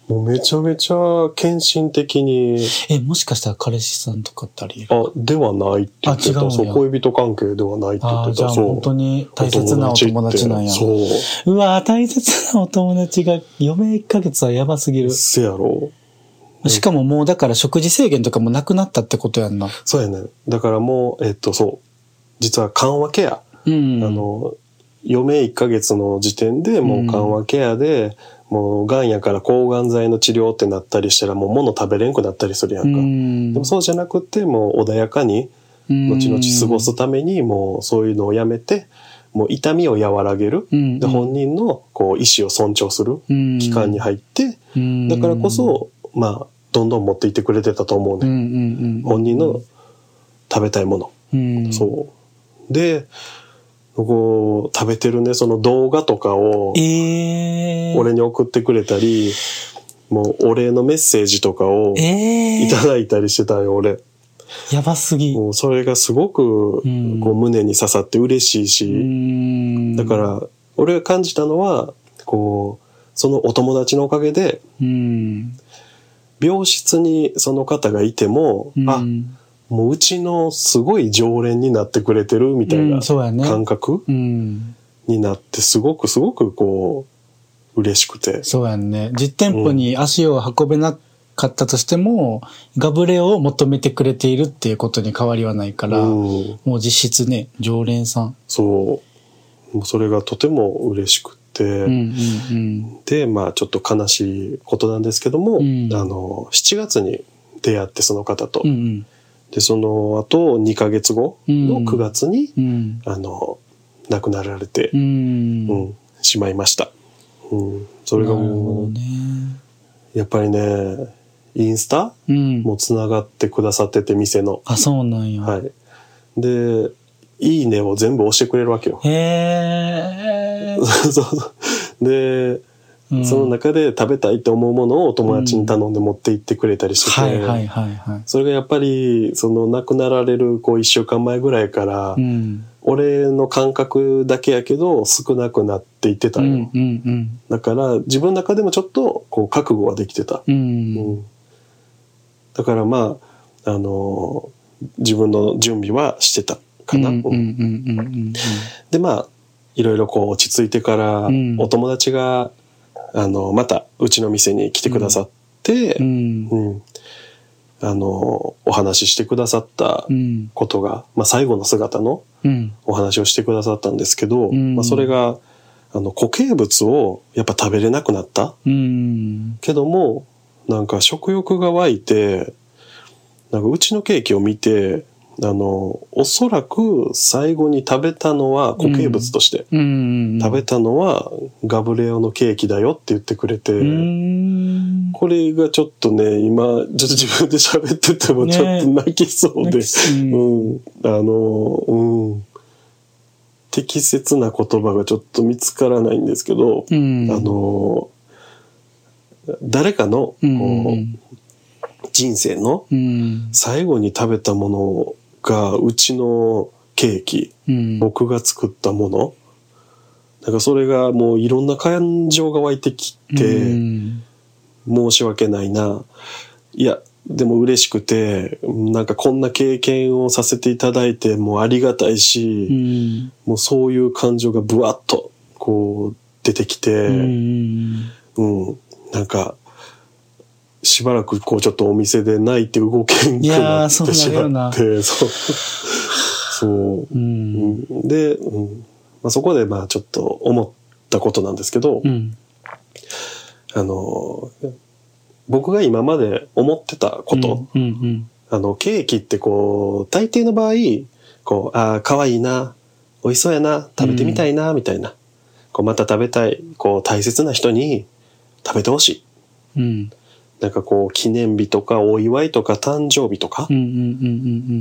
Speaker 2: う。もうめちゃめちゃ献身的に、
Speaker 1: え、もしかしたら彼氏さんとかってあり得
Speaker 2: あ、
Speaker 1: る
Speaker 2: ではないって言って
Speaker 1: あ違うん
Speaker 2: た。
Speaker 1: や
Speaker 2: そう、恋人関係ではないって言
Speaker 1: あ
Speaker 2: っ
Speaker 1: あ、
Speaker 2: て
Speaker 1: じゃ
Speaker 2: た。
Speaker 1: あ
Speaker 2: そう。
Speaker 1: 本当に大切なお友達なんや。
Speaker 2: お友達って
Speaker 1: うわー大切なお友達が余命1ヶ月はやばすぎ
Speaker 2: そう。
Speaker 1: る。
Speaker 2: せやろ。
Speaker 1: しかももうだから食事制限とかもなくなったってことやんな。
Speaker 2: そうやね。だからもう、えっと、そう。実は緩和ケア。
Speaker 1: うん。
Speaker 2: あの、余命1ヶ月の時点でもう緩和ケアで、もう、がんやから抗がん剤の治療ってなったりしたら、もう物食べれんくなったりするや
Speaker 1: うん
Speaker 2: か。
Speaker 1: ん、
Speaker 2: でもそうじゃなくて、もう穏やかに、
Speaker 1: うん、
Speaker 2: 後々過ごすために、もうそういうのをやめて、もう痛みを和らげる。
Speaker 1: うん
Speaker 2: で、本人のこう意思を尊重する期間に入って、
Speaker 1: うん
Speaker 2: だからこ、そ、まあ、どんどん持っていってくれてたと思う
Speaker 1: うん
Speaker 2: ね。
Speaker 1: うんうん、
Speaker 2: 本人の食べたいもの。
Speaker 1: うん、
Speaker 2: そう。で、こう、食べてるね、その動画とかを、
Speaker 1: えー、
Speaker 2: 俺に送ってくれたり、もう、お礼のメッセージとかをい
Speaker 1: え
Speaker 2: ただいたりしてたよ、俺。
Speaker 1: ー、やばすぎ。
Speaker 2: もう、それがすごく、こう
Speaker 1: うん、
Speaker 2: 胸に刺さって嬉しいし、
Speaker 1: ん
Speaker 2: だか、ら、俺が感じたのは、こう、そのお友達のおかげで、
Speaker 1: うん、
Speaker 2: 病室にその方がいても、あ、もううちのすごい常連になってくれてるみたい
Speaker 1: うん
Speaker 2: な
Speaker 1: そうやね
Speaker 2: 感覚
Speaker 1: うん、
Speaker 2: になってすごくすごくこう嬉しくて。
Speaker 1: そうやんね。実店舗に足を運べなかったとしても、ガブレを求めてくれているっていうことに変わりはないから、
Speaker 2: うん、
Speaker 1: もう実質ね、常連さん。
Speaker 2: そう。もうそれがとても嬉しくて。
Speaker 1: うんうん
Speaker 2: で、まあちょっと悲しいことなんですけども、
Speaker 1: うん
Speaker 2: あの、7月に出会ってその方と。
Speaker 1: うん。うん
Speaker 2: で、その後2ヶ月後の9月に、
Speaker 1: うん。うん。
Speaker 2: あの、亡くなられて
Speaker 1: う、ん。
Speaker 2: うんしまいました。うん、それが
Speaker 1: なるほ
Speaker 2: も
Speaker 1: ど
Speaker 2: う
Speaker 1: ね。
Speaker 2: やっぱりね、インスタ
Speaker 1: うん。
Speaker 2: もつながってくださってて、店の。
Speaker 1: あ、そうなんや。
Speaker 2: はい。で、いいねを全部押してくれるわけよ。
Speaker 1: へえ。
Speaker 2: そうそう。で、
Speaker 1: うん
Speaker 2: その中で食べたいって思うものをお友達に頼んで持って行ってくれたりして
Speaker 1: はいはい
Speaker 2: て、
Speaker 1: はいはい。
Speaker 2: それがやっぱり、その亡くなられるこう一週間前ぐらいから
Speaker 1: う、ん。
Speaker 2: 俺の感覚だけやけど少なくなっていって
Speaker 1: う
Speaker 2: たんよ。
Speaker 1: んうんうん。
Speaker 2: だから自分の中でもちょっとこう覚悟はできてた。
Speaker 1: うん。
Speaker 2: うんだからまあ、あのー自分の準備はしてたかな。
Speaker 1: うんうんう
Speaker 2: うん
Speaker 1: んうんうん
Speaker 2: でまあいろいろこう落ち着いてから、
Speaker 1: うん
Speaker 2: お友達が、あのまたうちの店に来てくださって、
Speaker 1: う
Speaker 2: うん
Speaker 1: ん。
Speaker 2: あのお話ししてくださった
Speaker 1: うん。
Speaker 2: ことが、まあ、最後の姿の
Speaker 1: うん。
Speaker 2: お話をしてくださったんですけど、
Speaker 1: うん
Speaker 2: まあ、それがあの固形物をやっぱ食べれなくなった
Speaker 1: うん。
Speaker 2: けどもなんか食欲が湧いてなんかうちのケーキを見てあのおそらく最後に食べたのは固形物として、
Speaker 1: うん。
Speaker 2: 食べたのはガブレオのケーキだよって言ってくれて、
Speaker 1: うん。
Speaker 2: これがちょっとね今ちょっと自分で喋ってても
Speaker 1: ね
Speaker 2: ちょっと泣きそうで、
Speaker 1: 泣きそう
Speaker 2: うん、あのうん適切な言葉がちょっと見つからないんですけど、
Speaker 1: うん。
Speaker 2: あ、の誰かのこ
Speaker 1: う。
Speaker 2: うん人生の
Speaker 1: うん。
Speaker 2: 最後に食べたものがうちのケーキ
Speaker 1: うん。
Speaker 2: 僕が作ったものだからそれがもういろんな感情が湧いてき
Speaker 1: う
Speaker 2: て
Speaker 1: ん
Speaker 2: 申し訳ないないやでも嬉しくてなんかこんな経験をさせていただいてもうありがたいし、
Speaker 1: うん。
Speaker 2: もうそういう感情がブワッとこう出てきて。
Speaker 1: うん。
Speaker 2: うん。なんか、しばらくこうちょっとお店でないって動けん
Speaker 1: い
Speaker 2: く
Speaker 1: やー
Speaker 2: なっ
Speaker 1: そうな
Speaker 2: て
Speaker 1: る
Speaker 2: し
Speaker 1: よ
Speaker 2: ま
Speaker 1: な
Speaker 2: って、そう。そうう。
Speaker 1: ん。
Speaker 2: うんで、うんまあ、そこでまあちょっと思ったことなんですけど、
Speaker 1: うん。
Speaker 2: あの、僕が今まで思ってたこと、
Speaker 1: うんうん。
Speaker 2: あの、ケーキってこう、大抵の場合、こう、ああ、可愛いな、美味しそうやな、食べてみたいな、みたいな。こう、また食べたい、こう、大切な人に食べてほしい。
Speaker 1: うん。
Speaker 2: なんかこう、記念日とかお祝いとか誕生日とか
Speaker 1: うんうんうんう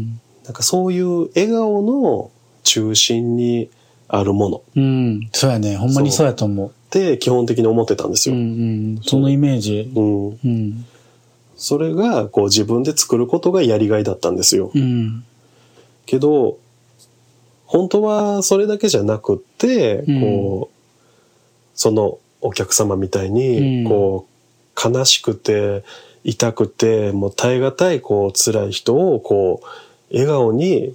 Speaker 1: ん
Speaker 2: なんかそういう笑顔の中心にあるものっ
Speaker 1: うん。そうやね。ほんまにそうやと思
Speaker 2: て基本的に思ってたんです
Speaker 1: う。う
Speaker 2: よ。
Speaker 1: んうん。そのイメージ。
Speaker 2: うん。
Speaker 1: うん。
Speaker 2: それがこう自分で作ることがやりがいだったんですよ。
Speaker 1: うん。
Speaker 2: けど、本当はそれだけじゃなくって、
Speaker 1: うん
Speaker 2: こう、そのお客様みたいに、
Speaker 1: うん
Speaker 2: こう、悲しくて、痛くて、もう耐え難い、こう、辛い人を、こう、笑顔に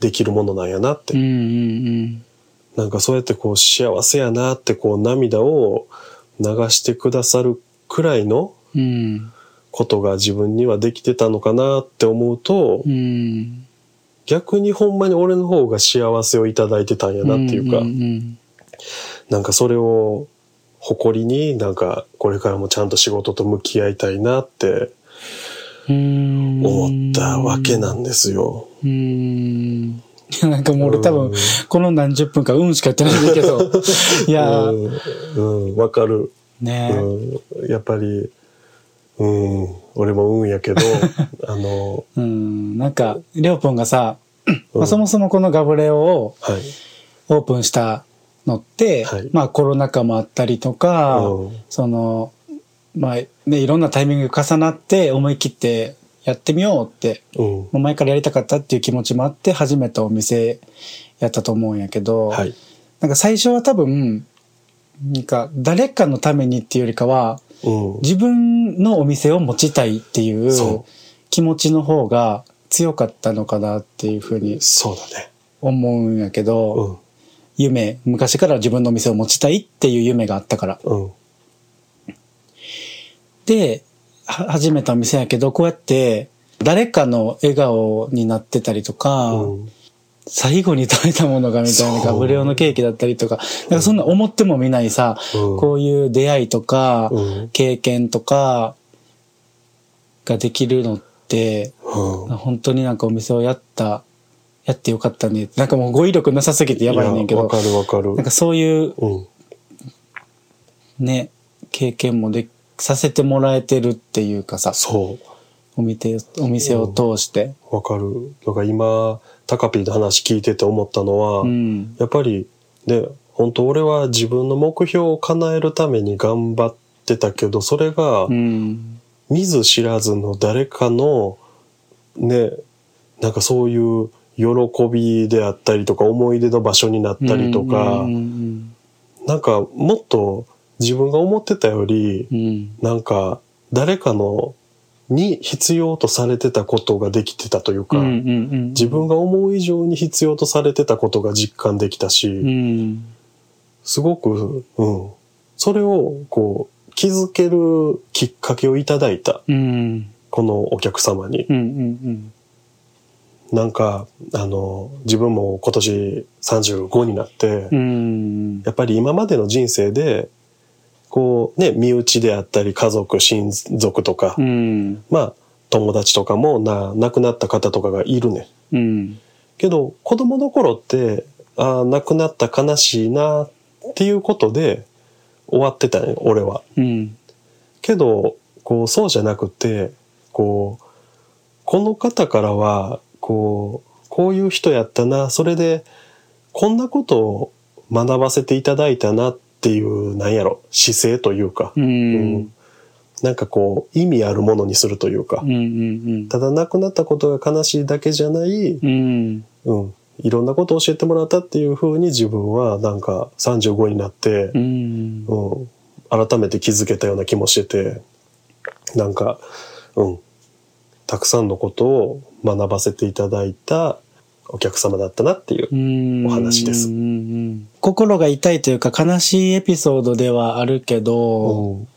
Speaker 2: できるものなんやなって。
Speaker 1: うんうん
Speaker 2: なんかそうやってこう、幸せやなって、こう、涙を流してくださるくらいの
Speaker 1: うん。うん。
Speaker 2: ことが自分にはできてたのかなって思うと、
Speaker 1: うん。
Speaker 2: 逆にほんまに俺の方が幸せをいただいてたんやなっていうか、
Speaker 1: んん
Speaker 2: なんかそれを誇りになんかこれからもちゃんと仕事と向き合いたいなって
Speaker 1: うん
Speaker 2: 思ったわけなんですよ。
Speaker 1: うーん。いやなんかもう俺多
Speaker 2: う
Speaker 1: 分
Speaker 2: ん、
Speaker 1: この何十分かうんしか言ってないんだけど。いやー、
Speaker 2: うん、うんわかる、
Speaker 1: ねえ。
Speaker 2: うん。やっぱり、うん、俺も運や けど、あの、
Speaker 1: うん、なんか、りょうぽんがさ、
Speaker 2: うん
Speaker 1: まあ、そもそもこのガブレオを
Speaker 2: はい。
Speaker 1: オープンしたのって、
Speaker 2: はい
Speaker 1: まあコロナ禍もあったりとか、
Speaker 2: うん
Speaker 1: その、まあね、いろんなタイミングが重なって思い切ってやってみようって、
Speaker 2: うん。
Speaker 1: もう前からやりたかったっていう気持ちもあって始めたお店やったと思うんやけど、
Speaker 2: はい。
Speaker 1: なんか最初は多分、なんか誰かのためにっていうよりかは、
Speaker 2: うん。
Speaker 1: 自分のお店を持ちたいっていう
Speaker 2: そう
Speaker 1: 気持ちの方が強かったのかなっていうふうに
Speaker 2: そうだね。
Speaker 1: 思うんやけど、
Speaker 2: うん。
Speaker 1: 夢、昔から自分のお店を持ちたいっていう夢があったから。
Speaker 2: うん。
Speaker 1: で、は始めたお店やけど、こうやって誰かの笑顔になってたりとか、
Speaker 2: うん。
Speaker 1: 最後に食べたものがみたいな
Speaker 2: そう
Speaker 1: ガブレオのケーキだったりとか、なんかそんな思ってもみないさ、
Speaker 2: うん
Speaker 1: こういう出会いとか、
Speaker 2: うん。
Speaker 1: 経験とかができるのっ
Speaker 2: う
Speaker 1: て、
Speaker 2: ん
Speaker 1: 本当になんかお店をやった、やってよかったね。なんかもう語彙力なさすぎてやばいねんけ
Speaker 2: や
Speaker 1: ど
Speaker 2: わ、かるわかる。
Speaker 1: なんかそういう
Speaker 2: うん。
Speaker 1: ね、経験もで、させてもらえてるっていうかさ、
Speaker 2: そう。
Speaker 1: お店、お店を通して。
Speaker 2: わかる。だから今、タカピーの話聞いてて思ったのは、
Speaker 1: うん。
Speaker 2: やっぱり、ね、本当俺は自分の目標を叶えるために頑張ってたけど、それが
Speaker 1: う、ん。
Speaker 2: 見ず知らずの誰かの、ね、なんかそういう喜びであったりとか、思い出の場所になったりとか、
Speaker 1: うん。
Speaker 2: なんかもっと自分が思ってたより
Speaker 1: う、ん。
Speaker 2: なんか誰かの、に必要とされてたことができてたという
Speaker 1: う
Speaker 2: か、
Speaker 1: ん。うん。うん
Speaker 2: 自分が思う以上に必要とされてたことが実感できたし、
Speaker 1: うん。
Speaker 2: すごく、うん、それをこう気づけるきっかけをいただいた
Speaker 1: うん。
Speaker 2: このお客様に、
Speaker 1: うん。うん。
Speaker 2: なんかあの自分も今年35になって、
Speaker 1: うん。
Speaker 2: やっぱり今までの人生でこうね身内であったり家族親族とか、
Speaker 1: うん。
Speaker 2: まあ友達とかもな亡くなった方とかがいるね。
Speaker 1: うん。
Speaker 2: けど子供の頃ってああ亡くなった悲しいなっていうことで終わってたね俺は。
Speaker 1: うん。
Speaker 2: けどこうそうじゃなくてこうこの方からはこうこういう人やったなそれでこんなことを学ばせていただいたなっていうなんやろ姿勢というか、
Speaker 1: うん。うん。
Speaker 2: うんなんかこう意味あるものにするというか、
Speaker 1: うん。
Speaker 2: ただ亡くなったことが悲しいだけじゃない、
Speaker 1: うん。
Speaker 2: うん、いろんなことを教えてもらったっていうふうに自分はなんか35になって
Speaker 1: う、ん。
Speaker 2: うん、改めて気づけたような気もしててなんか、うん、たくさんのことを学ばせていただいたお客様だったなっていう。お話です
Speaker 1: うんうんうん心が痛いというか悲しいエピソードではあるけど、
Speaker 2: うん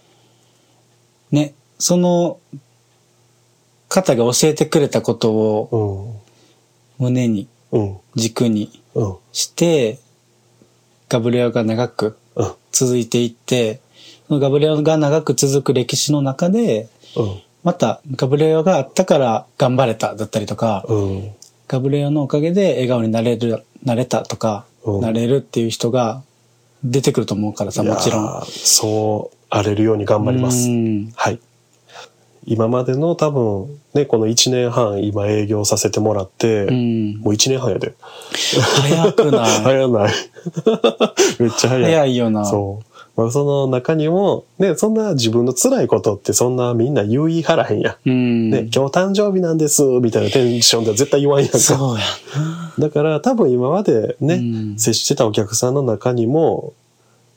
Speaker 1: ね、その方が教えてくれたことを
Speaker 2: うん
Speaker 1: 胸に、
Speaker 2: うん
Speaker 1: 軸に
Speaker 2: うん
Speaker 1: して、ガブレオが長く
Speaker 2: うん
Speaker 1: 続いていって、そのガブレオが長く続く歴史の中で、またガブレオがあったから頑張れただったりとか、
Speaker 2: うんうん
Speaker 1: ガブレオのおかげで笑顔になれる、なれたとか、
Speaker 2: うん
Speaker 1: なれるっていう人が出てくると思うからさ、もちろ
Speaker 2: いや
Speaker 1: ん。
Speaker 2: ーそう荒れるように頑張ります
Speaker 1: うん
Speaker 2: はい今までの多分ね、この1年半今営業させてもらって、
Speaker 1: うん。
Speaker 2: もう1年半やで。
Speaker 1: 早くな い。
Speaker 2: 早ない。めっちゃ早い。
Speaker 1: 早いよな。
Speaker 2: そう。まあ、その中にも、ね、そんな自分の辛いことってそんなみんな言う言い張らへんやん。
Speaker 1: うん。
Speaker 2: ね、今日誕生日なんです、みたいなテンションでは絶対言わんやんか。
Speaker 1: そうや
Speaker 2: だから多分今までね、
Speaker 1: うん
Speaker 2: 接してたお客さんの中にも、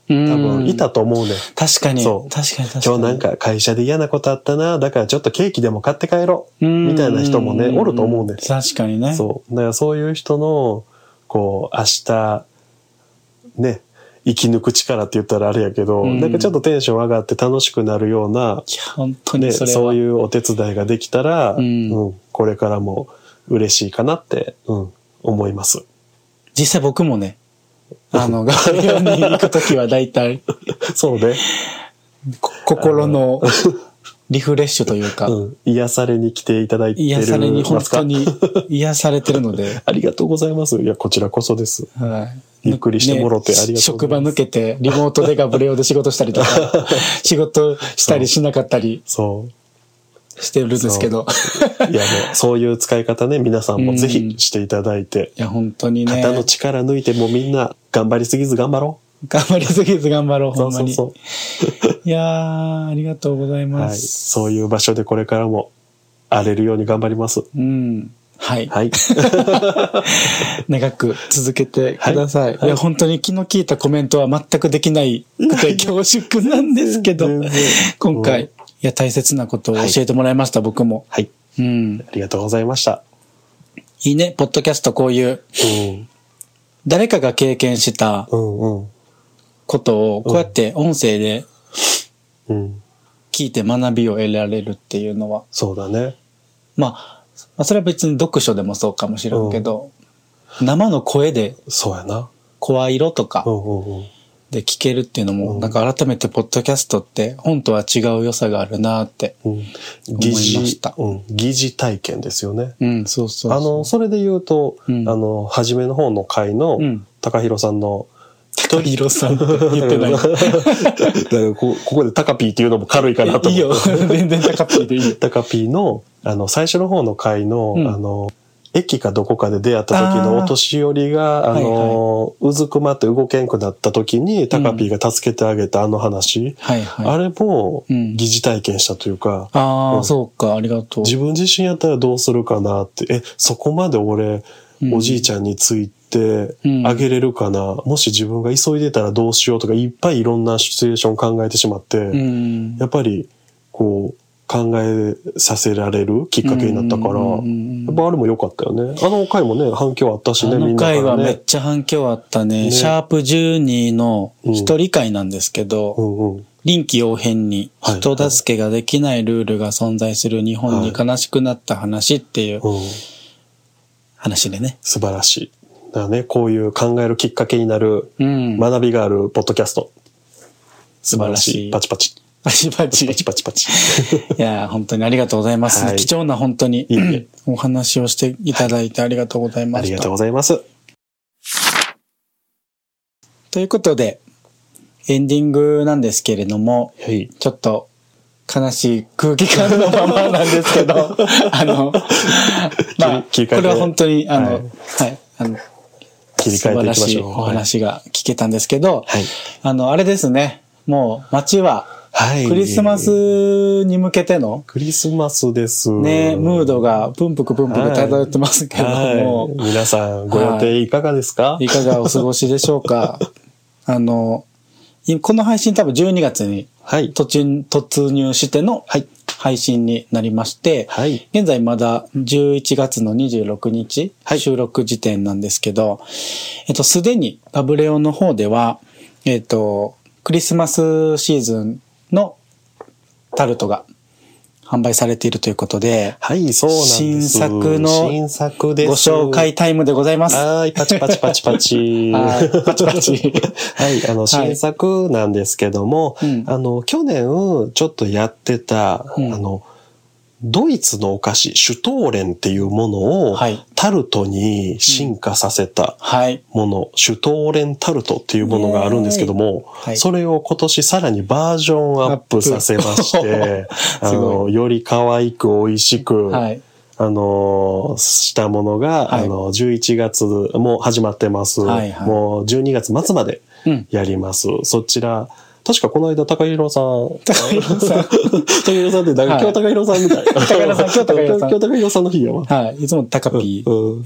Speaker 1: な。
Speaker 2: 多
Speaker 1: う
Speaker 2: 分
Speaker 1: ん
Speaker 2: いた。と思うねん。
Speaker 1: 確かに。
Speaker 2: そう
Speaker 1: 確かに確か
Speaker 2: 今
Speaker 1: に。
Speaker 2: 日なんか会社で嫌なことあったな、だからちょっとケーキでも買って帰ろ
Speaker 1: うん、
Speaker 2: みたいな人もねおると思うね
Speaker 1: 確かにね。
Speaker 2: う。そう。だからそういう人の、こう、明日、ね、生き抜く力って言ったらあれやけど、
Speaker 1: うん
Speaker 2: なんかちょっとテンション上がって楽しくなるような、
Speaker 1: いや、本当
Speaker 2: ね、
Speaker 1: に
Speaker 2: そ
Speaker 1: それは。
Speaker 2: ういうお手伝いができたら、
Speaker 1: うん
Speaker 2: うんこれからも嬉しいかなって、うん、思います。
Speaker 1: 実際僕もね、あの、ガブリアに行くときは大体、
Speaker 2: そうね。
Speaker 1: こ心のリフレッシュというか、
Speaker 2: うん、癒されに来ていただいて
Speaker 1: 癒
Speaker 2: る
Speaker 1: されに、
Speaker 2: ま
Speaker 1: 本
Speaker 2: すか
Speaker 1: 当に癒されてるので、
Speaker 2: ありがとうございます。いや、こちらこそです。
Speaker 1: はい。
Speaker 2: ゆっくりしてもろてありがとうございます
Speaker 1: 職場抜けて、リモートでガブレオで仕事したりと か、仕事したりしなかったり
Speaker 2: そう。
Speaker 1: してるんですけど、
Speaker 2: いやもう、そういう使い方ね、皆さんもぜひしていただいて、
Speaker 1: いや、本当にね、
Speaker 2: 肩の力抜いてもうみんな頑張りすぎず頑張ろ
Speaker 1: 頑張りすぎず頑張ろう、
Speaker 2: う。そ
Speaker 1: ほ
Speaker 2: うん
Speaker 1: ま
Speaker 2: そう
Speaker 1: に。
Speaker 2: そ。
Speaker 1: いやー、ありがとうございうま
Speaker 2: はい。
Speaker 1: す。
Speaker 2: そういう場所でこれからも荒れるように頑張ります。
Speaker 1: うん。はい。
Speaker 2: はい。
Speaker 1: 長く続けてください。い、や、本当に気の利いたコメントは全くできないくて恐縮なんですけど
Speaker 2: 全然、
Speaker 1: 今回、
Speaker 2: うん
Speaker 1: いや、大切なことを教えてもらいました、僕も。
Speaker 2: はい。
Speaker 1: うん。
Speaker 2: ありがとうございました。
Speaker 1: いいね、ポッドキャストこういう、
Speaker 2: うん。
Speaker 1: 誰かが経験した
Speaker 2: うんうん。
Speaker 1: ことを、こうやって音声で
Speaker 2: うん。
Speaker 1: 聞いて学びを得られるっていうのは、
Speaker 2: そうだね。
Speaker 1: まあ、まあそれは別に読書でもそうかもしれんけど、生の声で
Speaker 2: そうやな。
Speaker 1: 声色とか、
Speaker 2: うんうんうん。
Speaker 1: で聞けるっていうのも、
Speaker 2: うん
Speaker 1: なんか改めてポッドキャストって本とは違う良さがあるなって。
Speaker 2: うん、
Speaker 1: 思い
Speaker 2: 疑
Speaker 1: まし
Speaker 2: 似
Speaker 1: た、
Speaker 2: うん、疑似体験ですよね。
Speaker 1: うん、そうそうそう
Speaker 2: あの、それで言うと、
Speaker 1: うん
Speaker 2: あの、初めの方の回の
Speaker 1: うん、
Speaker 2: 高弘さんの、
Speaker 1: 高弘さんって言 ってない
Speaker 2: だ。からこここでタカピーっていうのも軽いかなと
Speaker 1: い
Speaker 2: 思
Speaker 1: いよ。
Speaker 2: っ
Speaker 1: 全然高っいでいいよ
Speaker 2: て。。タカピーの、あの、最初の方の回の、
Speaker 1: うん
Speaker 2: あの、駅かどこかで出会った時の
Speaker 1: あー
Speaker 2: お年寄りが、あの、うずくまって動けんくなった時に、タカピーが助けてあげたあの話、
Speaker 1: はいはい。
Speaker 2: あれも
Speaker 1: うん
Speaker 2: 疑似体験したというか、
Speaker 1: ああ、
Speaker 2: うん
Speaker 1: そうか、ありがとう。
Speaker 2: 自分自身やったらどうするかなって、え、そこまで俺、
Speaker 1: うん
Speaker 2: おじいちゃんについて
Speaker 1: うん
Speaker 2: あげれるかな、もし自分が急いでたらどうしようとか、いっぱいいろんなシチュエーション考えてしまって、
Speaker 1: うん。
Speaker 2: やっぱり、こう、考えさせられるきっかけになったから、
Speaker 1: うんうんうん
Speaker 2: やっぱあれも良かったよね。あの回もね、反響あったし
Speaker 1: あ
Speaker 2: ね、み
Speaker 1: の
Speaker 2: んなか
Speaker 1: 回
Speaker 2: ら
Speaker 1: はめ
Speaker 2: ね
Speaker 1: っ。ちゃ反響あったね。
Speaker 2: ね
Speaker 1: シャープ12の
Speaker 2: うん
Speaker 1: 一人会なんですけど、
Speaker 2: うんうん。
Speaker 1: 臨機応変に
Speaker 2: はい
Speaker 1: 人助けができないルールが存在する日本に悲しくなった話っていう
Speaker 2: うん。
Speaker 1: 話でね。
Speaker 2: 素晴らしい。だからね、こういう考えるきっかけになる、
Speaker 1: うん。
Speaker 2: 学びがあるポッドキャスト。素晴らしい。
Speaker 1: 素晴ら
Speaker 2: パ
Speaker 1: し
Speaker 2: チパチ。
Speaker 1: パチパチ。
Speaker 2: パチパチパチ。
Speaker 1: いやー、本当にありがとうございます。
Speaker 2: はい
Speaker 1: 貴重な本当に
Speaker 2: いえいえ
Speaker 1: お話をしていただいてありがとうござい
Speaker 2: あ
Speaker 1: ま
Speaker 2: り
Speaker 1: し
Speaker 2: が
Speaker 1: た。
Speaker 2: とうございます。
Speaker 1: ということで、エンディングなんですけれども、
Speaker 2: はい。
Speaker 1: ちょっと悲しい空気感のままなんです けど、あの、まあ、
Speaker 2: 切り切り替えて
Speaker 1: これは本当に、あの、
Speaker 2: は
Speaker 1: はいい、あの、
Speaker 2: 切り
Speaker 1: 素
Speaker 2: 替え
Speaker 1: 晴
Speaker 2: てい
Speaker 1: ら
Speaker 2: きま
Speaker 1: し
Speaker 2: し
Speaker 1: い
Speaker 2: ょう。
Speaker 1: お話が聞けたんですけど、
Speaker 2: はい。
Speaker 1: あの、あれですね、もう街は
Speaker 2: はい。
Speaker 1: クリスマ。スに向けての、
Speaker 2: クリスマスです。
Speaker 1: ね、ムードがプンプクプンプク漂ってますけども、
Speaker 2: はい。皆さん、ご予定いかがですか
Speaker 1: いかがお過ごしでしょう かあの、いこの配信多分12月に
Speaker 2: はい。
Speaker 1: 途中突入しての配信になりまして、
Speaker 2: はい。
Speaker 1: 現在まだ11月の26日、
Speaker 2: はい
Speaker 1: 収録時点なんですけど、えっと、すでにガブレオの方では、えっと、クリスマスシーズンのタルトが販売されているということで、
Speaker 2: はい、そうなんです。
Speaker 1: 新作の
Speaker 2: 新作です。
Speaker 1: ご紹介タイムでございます。
Speaker 2: はい、パチパチパチパチ。
Speaker 1: はいパチパチ
Speaker 2: はい、あの、新作なんですけども、
Speaker 1: うん
Speaker 2: あの、去年、ちょっとやってた、
Speaker 1: うん
Speaker 2: あの、ドイツのお菓子、シュトーレンっていうものを、
Speaker 1: はい。
Speaker 2: タルトに進化させた
Speaker 1: はい。
Speaker 2: もの、シュトーレンタルトっていうものがあるんですけども、
Speaker 1: はい。
Speaker 2: それを今年さらにバージョンアップさせま して、
Speaker 1: アップ
Speaker 2: あの、より可愛く美味しく、
Speaker 1: はい。
Speaker 2: あのー、したものが、
Speaker 1: はい
Speaker 2: あの、11月、もう始まってます。
Speaker 1: はいはい
Speaker 2: もう12月末まで
Speaker 1: うん。
Speaker 2: やります。そちら、確かこの間、高弘さん、
Speaker 1: 高弘さん。
Speaker 2: 高弘さんって、なんか
Speaker 1: はい
Speaker 2: 今日高弘さんみたいな。
Speaker 1: 高弘さん今日高 弘さ
Speaker 2: 今
Speaker 1: ん
Speaker 2: 日高弘さんの日やわ。
Speaker 1: はい。いつも高ピー。
Speaker 2: うん。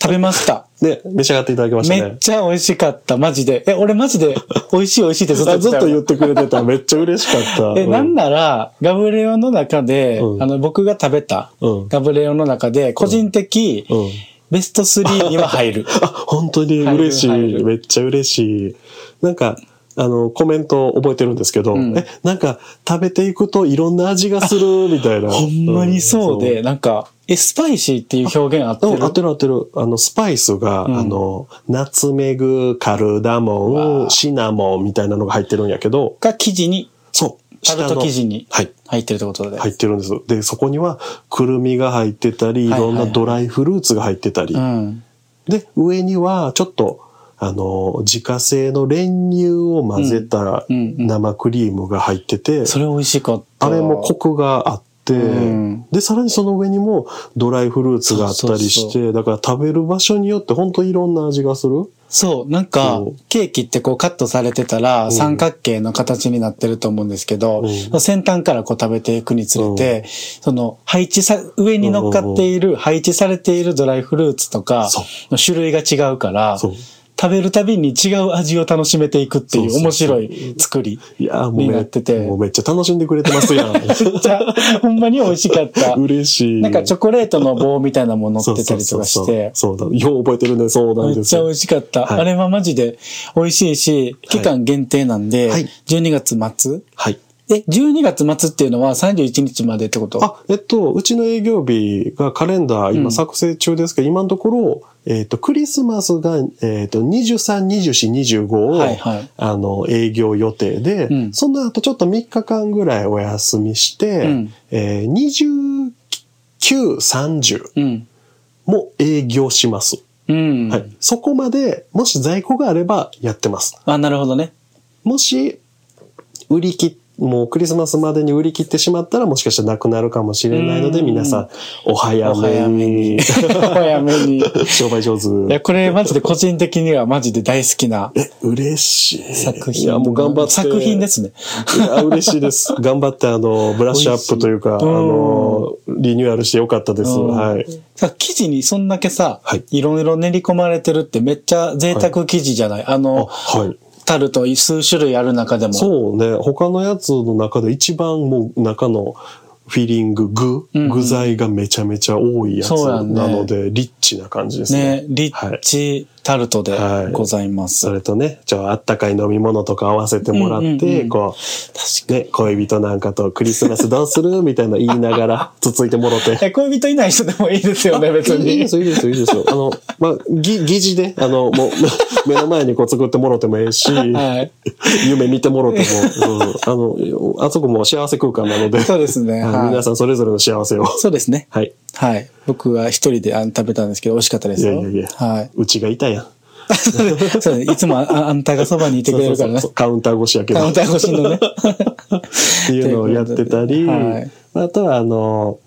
Speaker 1: 食べました。
Speaker 2: で、召し上がっていただきました
Speaker 1: め
Speaker 2: ね。
Speaker 1: っちゃ美味しかった。マジで。え、俺マジで美味しい美味しいってずっと
Speaker 2: あずっと言
Speaker 1: 言
Speaker 2: っ
Speaker 1: って
Speaker 2: くれてた。めっちゃ嬉しかった。
Speaker 1: た。え、なんなら、ガブレオの中で、
Speaker 2: うん
Speaker 1: あの、僕が食べた
Speaker 2: うん。うん。
Speaker 1: ガブレオの中で、個人的
Speaker 2: うん
Speaker 1: ベスト3には 入る。
Speaker 2: あ、本当に嬉し
Speaker 1: 入る入
Speaker 2: い。
Speaker 1: る
Speaker 2: めっちゃ嬉しい。なんか、あの、コメント覚えてるんですけど、
Speaker 1: うん
Speaker 2: え、なんか、食べていくといろんな味がする、みたいな。
Speaker 1: ほんまにそう
Speaker 2: う
Speaker 1: で、
Speaker 2: ん。
Speaker 1: なんか、え、スパイシーっていう表現あって
Speaker 2: そう
Speaker 1: る
Speaker 2: うん、合ってる合ってる。あの、スパイスが、
Speaker 1: うん
Speaker 2: あの、ナツメグ、カルダモ
Speaker 1: わ
Speaker 2: ン、
Speaker 1: あ
Speaker 2: シナモンみたいなのが入ってるんやけど、
Speaker 1: が生地に、
Speaker 2: そう。
Speaker 1: タルト生地に
Speaker 2: はい。
Speaker 1: 入ってるってことで。
Speaker 2: 入ってるんです。で、そこには、くるみが入ってたり、い
Speaker 1: はいはい
Speaker 2: ろんなドライフルーツが入ってたり
Speaker 1: う、ん。
Speaker 2: で、上には、ちょっと、あの、自家製の練乳を混ぜた
Speaker 1: うんうんうん
Speaker 2: 生クリームが入ってて、
Speaker 1: それ美味しかった。
Speaker 2: あれもコクがあって、
Speaker 1: うん
Speaker 2: で、さらにその上にもドライフルーツがあったりして、
Speaker 1: そうそ
Speaker 2: だから食べる場所によって本当いろんな味がする。
Speaker 1: そう、なんか
Speaker 2: そう、
Speaker 1: ケーキってこうカットされてたら
Speaker 2: ん
Speaker 1: 三角形の形になってると思うんですけど、
Speaker 2: うん
Speaker 1: 先端からこう食べていくにつれて、その配置さ、上に乗っかっている、配置されているドライフルーツとか
Speaker 2: そう、
Speaker 1: の種類が違うから、
Speaker 2: そう
Speaker 1: 食べるたびに違う味を楽しめていくってい
Speaker 2: そううそ
Speaker 1: 面
Speaker 2: うそう
Speaker 1: 白い作り。
Speaker 2: いやーもう
Speaker 1: にな
Speaker 2: め
Speaker 1: ってて
Speaker 2: もうめっちゃ楽しんでくれてます やん。
Speaker 1: じゃあほんまに美味しかっ た。
Speaker 2: 嬉しい。
Speaker 1: なんかチ
Speaker 2: ょっ
Speaker 1: ョコレートの棒みたいなもの乗ってたりとかして、
Speaker 2: そうだ。よう覚えてるね。そうなん
Speaker 1: めっ
Speaker 2: です
Speaker 1: ちゃ
Speaker 2: よ
Speaker 1: 美味しかった。
Speaker 2: はい
Speaker 1: あれはマジで美味しいし、期間限定なんで、
Speaker 2: はい
Speaker 1: 12月末
Speaker 2: はい。
Speaker 1: え、12月末っていうのは31日までってこと
Speaker 2: あ、えっと、うちの営業日がカレンダー
Speaker 1: うん
Speaker 2: 今作成中ですけど、今のところ、えっと、クリスマスが、えっと、23、24、25を、
Speaker 1: はいはい。
Speaker 2: あの、営業予定で、
Speaker 1: うん
Speaker 2: その後ちょっと3日間ぐらいお休みして、
Speaker 1: うん
Speaker 2: えー29、30
Speaker 1: うん。
Speaker 2: も営業します。
Speaker 1: うん。
Speaker 2: はい。そこまで、もし在庫があればやってます。
Speaker 1: あ、なるほどね。
Speaker 2: もし、売り切っもうクリスマスまでに売り切ってしまったらもしかしたらなくなるかもしれないので
Speaker 1: うん
Speaker 2: 皆さんお早
Speaker 1: お早め
Speaker 2: めに
Speaker 1: に。お早め に。い
Speaker 2: 商売上手
Speaker 1: や、これマジで個人的にはマジで大好きな
Speaker 2: え嬉しい
Speaker 1: 作品。
Speaker 2: いやもう頑張って
Speaker 1: 作品ですね。
Speaker 2: いや嬉しいです 頑張ってあのブラッシュアップというかあ
Speaker 1: 美味しい
Speaker 2: のリニューアルしてよかったです
Speaker 1: うん
Speaker 2: はい
Speaker 1: さ生地にそんだけさ、
Speaker 2: はい
Speaker 1: いろいろ練り込まれてるってめっちゃ贅沢生地じゃない、あ
Speaker 2: あ
Speaker 1: の、
Speaker 2: はい
Speaker 1: タルト数種類ある中でも。
Speaker 2: そうね他のやつの中で一番もう中のフィリング具
Speaker 1: うんうん
Speaker 2: 具材がめちゃめちゃ多いやつ
Speaker 1: そうやんね
Speaker 2: なのでリッチな感じですね
Speaker 1: ね、リッチタルトで
Speaker 2: はい
Speaker 1: ございます。
Speaker 2: それとね、ちょ、あったかい飲み物とか合わせてもらって、
Speaker 1: うんうんうん
Speaker 2: こう、ね、恋人なんかとクリスマスどうするみたいな言いながら、つついてもろて。
Speaker 1: え恋人いない人でもいいですよね、別
Speaker 2: いいで
Speaker 1: に。
Speaker 2: すよ、いいですよ、いいです よ。あの、まあ、ぎ、疑似で、あの、もう、 目の前にこう作ってもろてもええし、
Speaker 1: はい。
Speaker 2: 夢見てもろても、うん あの、あそこも幸せ空間なので、
Speaker 1: そうですね。
Speaker 2: はい
Speaker 1: は
Speaker 2: 皆
Speaker 1: い。
Speaker 2: さんそれぞれの幸せを、
Speaker 1: そうですね。
Speaker 2: はい。
Speaker 1: はい。僕は一人であん食べたんですけど、美味しかったですよ。
Speaker 2: いやいやいや
Speaker 1: はい。
Speaker 2: うちがいたやん。
Speaker 1: そうですね。いつもああんたがそばにいてくれるからね
Speaker 2: そうそうそう。カウンター越しやけど。
Speaker 1: カウンター越しのね。
Speaker 2: っていうのをやってたり、
Speaker 1: ということで
Speaker 2: あとはあの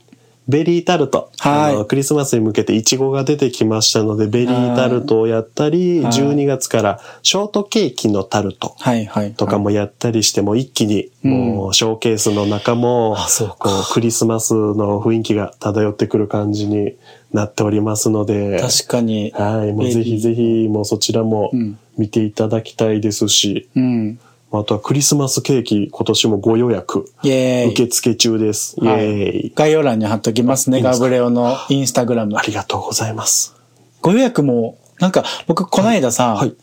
Speaker 2: ベリータルト、
Speaker 1: はい
Speaker 2: あのクリスマスに向けてイチゴが出てきましたのでベリータルトをやったり、
Speaker 1: はい
Speaker 2: 12月からショートケーキのタルト
Speaker 1: はいはい。
Speaker 2: とかもやったりして、もう一気に
Speaker 1: うん
Speaker 2: もうショーケースの中も、
Speaker 1: あそうか
Speaker 2: こうクリスマスの雰囲気が漂ってくる感じになっておりますので。
Speaker 1: 確かに。
Speaker 2: はい。もう
Speaker 1: ベリー
Speaker 2: ぜひぜひ、もうそちらも
Speaker 1: うん
Speaker 2: 見ていただきたいですし、
Speaker 1: うん。
Speaker 2: あとはクリスマスケーキ、今年もご予約
Speaker 1: イェーイ。
Speaker 2: 受付中です。イエ
Speaker 1: はい
Speaker 2: ーイ。
Speaker 1: 概要欄に貼っときます
Speaker 2: い
Speaker 1: ね。
Speaker 2: いんで
Speaker 1: ガ
Speaker 2: すか
Speaker 1: ブレオのインスタグラム
Speaker 2: あ。りがとうございます。
Speaker 1: ご予約も、なんか僕この間さ、
Speaker 2: はい。